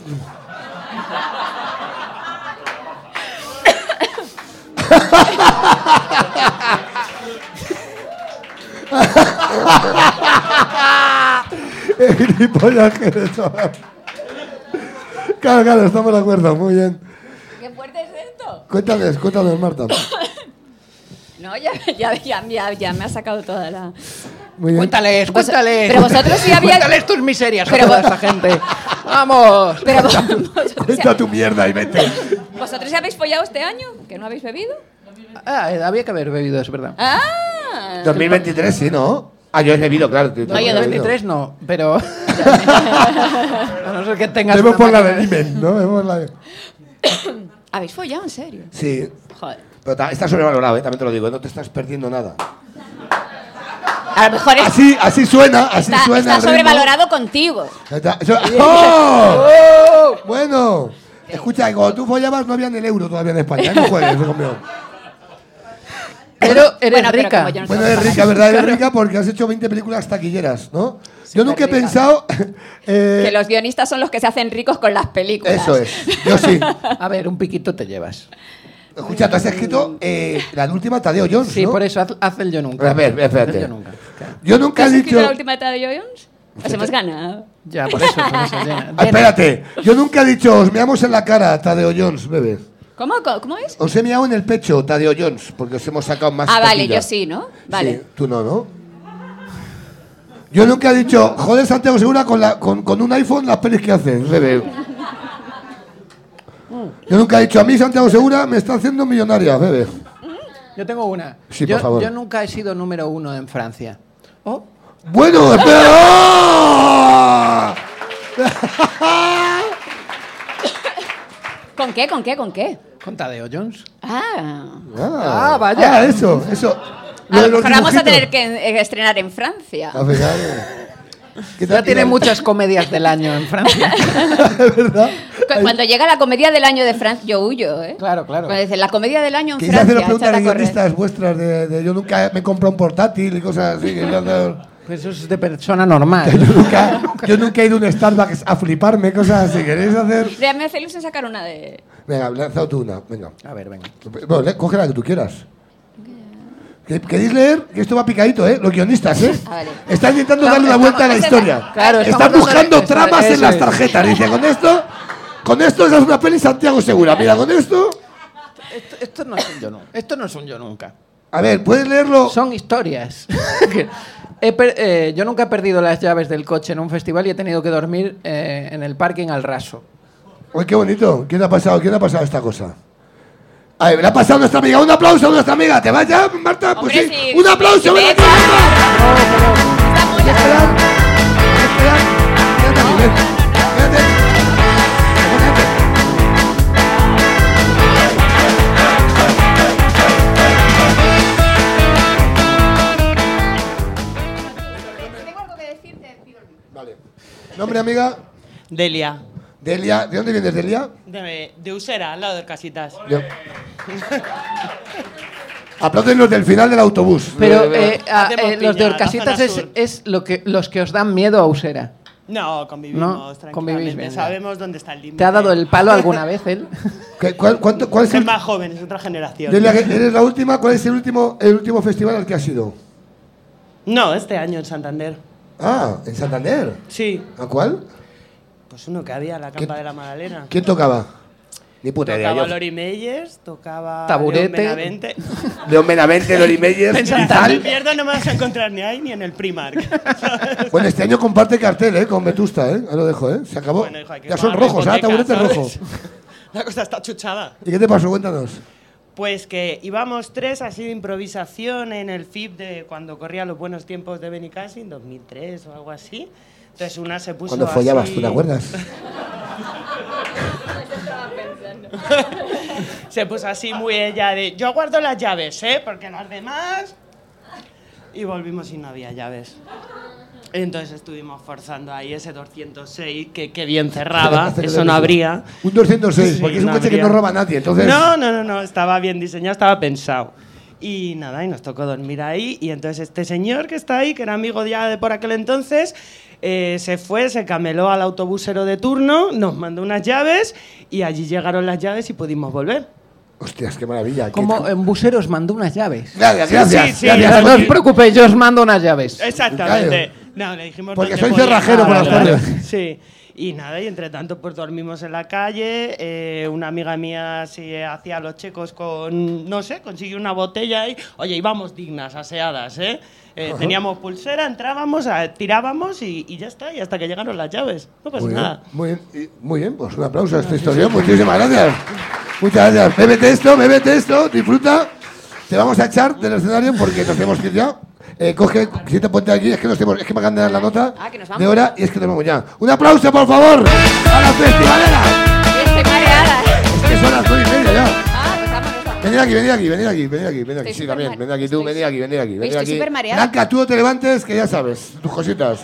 El gilipollas que eres, chaval. Claro, claro, estamos de acuerdo, muy bien. ¿Qué fuerte es esto? Cuéntales, cuéntales, Marta. No, ya, ya, ya, ya, ya me ha sacado toda la... Muy bien. Cuéntales, cuéntales. pero vosotros sí había- Cuéntales tus miserias Pero a toda vos- esta gente. ¡Vamos! Pero Cuenta tu mierda y vete. ¿Vosotros ya habéis follado este año? ¿Que no habéis bebido? Ah, eh, había que haber bebido, es verdad. ¡Ah! 2023, sí, ¿no? Ah, yo he bebido, claro. tío, Oye, he bebido. 2023 no, pero... a no ser que tengas Vemos una por la máquina- del imen, ¿no? Vemos la de- ¿Habéis follado, en serio? Sí. Joder. Pero ta- está sobrevalorado, ¿eh? también te lo digo, ¿eh? no te estás perdiendo nada. A lo mejor es- Así, así suena, así está, suena. el está ritmo. sobrevalorado contigo. Está- eso- ¡Oh! Bueno, escucha, que cuando tú follabas no había ni el euro todavía en España, ¿eh? no juegues conmigo. Pero eres Bueno, pero rica. como yo no Bueno, eres rica, ¿verdad? Eres rica porque has hecho 20 películas taquilleras, ¿no? Yo nunca he rica. pensado... eh, Que los guionistas son los que se hacen ricos con las películas. Eso es, yo sí. A ver, un piquito te llevas. Escucha, tú has escrito eh, la última Tadeo Jones, Sí, ¿no? por eso, haz, haz el yo nunca. A ver, espérate. Haz el yo nunca. claro. Yo nunca he ¿Has escrito dicho... la última de Dow Jones? Os hemos ganado. Ya, pues, por eso, por eso, llena. Ah, espérate, yo nunca he dicho, os meamos en la cara, Tadeo Jones, bebé. ¿Cómo, ¿Cómo cómo es? Os he meado en el pecho, Tadeo Jones, porque os hemos sacado más Ah, vale, taquilla. yo sí, ¿no? Vale. Sí, tú no, ¿no? Yo nunca he dicho, joder, Santiago Segura con, la, con, con un iPhone las pelis que hace, bebé. Mm, Yo nunca he dicho, a mí Santiago Segura me está haciendo millonaria, bebé. Yo tengo una. Sí, yo, por favor. yo nunca he sido número uno en Francia. Oh, Bueno, espera. ¡Ah! ¿Con qué, con qué, con qué? con Tadeo Jones. Ah. Ah, vaya. Ah, eso, eso. A de lo los mejor vamos dibujitos. a eh. tener que eh, estrenar en Francia. A ver, a ver. ¿Qué tal Ya tiene tiene? muchas comedias del año en Francia. Cu- Cuando llega la comedia del año de Francia, yo huyo, ¿eh? Claro, claro. Cuando dicen la comedia del año en Quizás hacer Francia, las preguntas échate de a correr. guionistas vuestras de, de yo nunca me comprado un portátil y cosas así. que yo, no- Pues eso es de persona normal. yo nunca, yo nunca he ido a un Starbucks a fliparme, cosas así. ¿Queréis hacer? Mira, Me hace ilusión sacar una de... Venga, lanzado tú una, venga. A ver, venga. Bueno, le- coge la que tú quieras. ¿Que- ¿Queréis leer? Que esto va picadito, ¿eh? Los guionistas, ¿eh? Ah, vale. Están intentando Estamos- darle la vuelta a la estamos- historia. claro, estamos Están dándole- buscando eso- tramas en eso las es. tarjetas. Dice, con esto, con esto esa es una peli Santiago Segura. Mira, con esto. Esto, esto no es un yo nunca. Esto no es un yo nunca. A ver, ¿puedes leerlo? Son historias. Que he per- eh, yo nunca he perdido las llaves del coche en un festival y he tenido que dormir eh, en el parking al raso. Uy, qué bonito. ¿Quién ha pasado? ¿Quién ha pasado esta cosa? A ver, me la ha pasado nuestra amiga. Un aplauso a nuestra amiga. ¿Te vas ya, Marta? Pues sí. Un aplauso. si me venga, echas, Marta. Y esperad, esperad. Quédate aquí, ven. Quédate. Quédate. Vale. Nombre, amiga. Delia. Delia. ¿De dónde vienes, Delia? De, de Usera, al lado de Casitas. Yo. Aplauden los del final del autobús. Pero eh, a- Hacemos eh, los de piña, la Orcasitas zona es, sur. es lo que, los que os dan miedo a Usera. No, convivimos No, tranquilamente. convivís bien, ya. Sabemos dónde está el límite. ¿Te ha dado el palo alguna vez él? ¿Cuál, cuánto, cuál es Es el, más joven, es otra generación. Delia, que eres la última. ¿Cuál es el último, el último festival al que has ido? No, este año en Santander. Ah, en Santander. Sí. ¿A cuál? Pues uno que había, la campa de la Magdalena. ¿Quién tocaba? Ni puta idea. Tocaba yo. Lori Meyers, tocaba Taburete. León Benavente. León Benavente, Lori Meyer, En y Santander tal. pierdo no me vas a encontrar ni ahí ni en el Primark. Bueno, este año comparte cartel, ¿eh? Con Vetusta, ¿eh? Ahí lo dejo, ¿eh? Se acabó. Bueno, hijo, hay que ya son pagar rojos, la ¿ah? hipoteca, Taburete ¿sabes? rojo. La cosa está chuchada. ¿Y qué te pasó? Cuéntanos. Pues que íbamos tres así de improvisación en el FIP de cuando corría los buenos tiempos de Benicassin, 2003 o algo así. Entonces una se puso Cuando follabas, así- ¿tú te acuerdas? se puso así muy ella de yo guardo las llaves, ¿eh? Porque las demás... Y volvimos y no había llaves. Entonces estuvimos forzando ahí ese 206 que, que bien cerraba, Hasta que eso lo no hizo. habría. Un 206, Sí, porque es un no coche que habría. no roba a nadie, entonces... No, no, no, no, estaba bien diseñado, estaba pensado. Y nada, y nos tocó dormir ahí. Y entonces este señor que está ahí, que era amigo ya de por aquel entonces, eh, se fue, se cameló al autobusero de turno, nos mandó unas llaves y allí llegaron las llaves y pudimos volver. Hostias, qué maravilla. qué- Como en buseros mandó unas llaves. Gracias, Sí, gracias, sí, sí. gracias, No os porque- preocupéis, yo os mando unas llaves. Exactamente. No, le dijimos Porque dónde soy podía- cerrajero Ah, por las vale, tardes. vale. Sí. Y nada, y entre tanto, pues dormimos en la calle. eh, una amiga mía se hacía los checos con, no sé, consiguió una botella y, oye, íbamos dignas, aseadas, ¿eh? Eh, Ajá. teníamos pulsera, entrábamos, a- tirábamos y, y ya está, y hasta que llegaron las llaves. No pasa Muy bien, Pues nada. muy bien, y- muy bien, pues un aplauso a esta historia. Muchísimas gracias. Muchas gracias. Bébete esto, bébete esto, disfruta. Te vamos a echar del escenario porque nos tenemos que ir ya. Eh, coge, si te ponte aquí, es que, nos tenemos, es que me acaban de dar la nota Ah, que nos vamos. de hora y es que nos vamos ya. Un aplauso, por favor, a las festivaleras. Estoy mareada. Es que son las nueve y media ya. Ah, pues vamos, nos vamos. Venid aquí, venid aquí, venid aquí, venid aquí, venid aquí. Sí, Estoy súper también, mar- venid aquí tú, venid aquí, venid aquí, venid estoy aquí. súper mareada. Blanca, tú no te levantes, que ya sabes, tus cositas.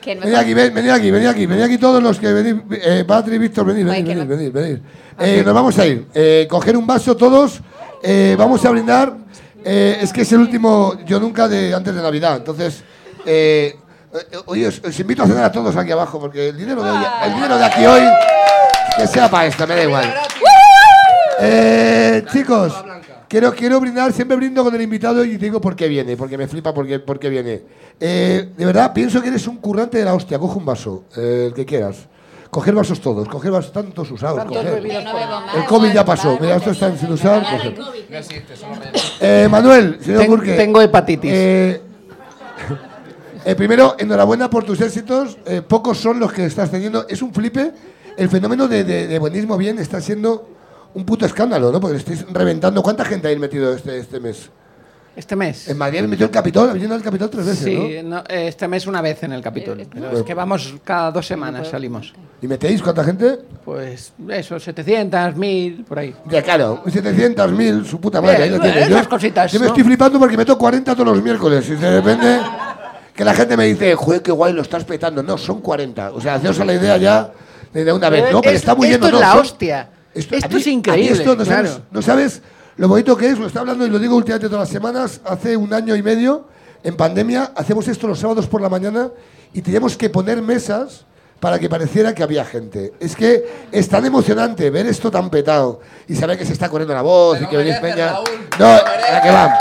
Que no me- Venid aquí, ven- venid aquí, venid aquí, venid aquí todos los que venís. Eh, Patri, Víctor, venid, venid, venid, venid, venid. Eh, nos vamos a ir. Eh, coger un vaso todos. eh, vamos a brindar. Eh, es que es el último yo nunca de antes de Navidad. Entonces, eh, eh, oye, os, os invito a cenar a todos aquí abajo porque el dinero de, hoy- el dinero de aquí hoy, que sea para esto, me da igual. Eh, chicos, quiero, quiero brindar, siempre brindo con el invitado y digo por qué viene, porque me flipa por qué, por qué viene. Eh, de verdad, pienso que eres un currante de la hostia. Coge un vaso, eh, el que quieras. Coger vasos todos, coger vasos tantos usados. Tantos coger. bebidos Yo no bebo más, el COVID ya pasó, mira, esto está sin usar. coger. No existe, solo me Eh, Manuel, señor Ten- Burke. tengo hepatitis. Eh, eh, primero, enhorabuena por tus éxitos. eh, pocos son los que estás teniendo. Es un flipe. El fenómeno de, de, de buenismo bien está siendo un puto escándalo, ¿no? Porque estáis reventando. ¿Cuánta gente habéis metido este, este mes? Este mes. En Madrid habéis metido el Capitol, habéis llenado el Capitol tres veces, Sí, ¿no? no, eh, este mes una vez en el Capitol. Pero es que vamos cada dos semanas salimos. ¿Y metéis cuánta gente? Pues eso, 700, 1000, por ahí. Ya, claro, 700.000, su puta madre, ahí lo tienes. Esas cositas, yo me ¿no? estoy flipando porque meto 40 todos los miércoles y de repente que la gente me dice, joder, qué guay, lo estás petando. No, son 40. O sea, haceos a la idea ya de una vez. No, pero Eh, Es- está muy esto lleno. es no, la son- hostia. Esto, a mí- es a mí increíble. esto no, claro. sabes, no sabes lo bonito que es, lo está hablando y lo digo últimamente todas las semanas. Hace un año y medio, en pandemia, hacemos esto los sábados por la mañana y teníamos que poner mesas para que pareciera que había gente. Es que es tan emocionante ver esto tan petado y saber que se está corriendo la voz y que venís Peña. No, la que va.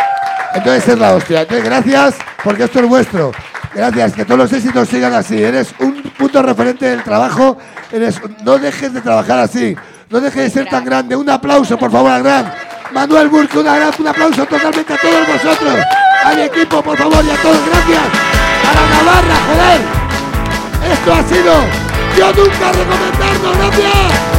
Entonces es la hostia. Entonces, gracias, porque esto es vuestro. Gracias, que todos los éxitos sigan así. Eres un punto referente del trabajo. Eres, un- no dejes de trabajar así. No dejes de ser tan grande. Un aplauso, por favor, al gran Manuel Burke. Una gran- un aplauso totalmente a todos vosotros. Al equipo, por favor, y a todos. Gracias. A la Navarra, joder. Esto ha sido Yo Nunca Recomendarnos. Gracias.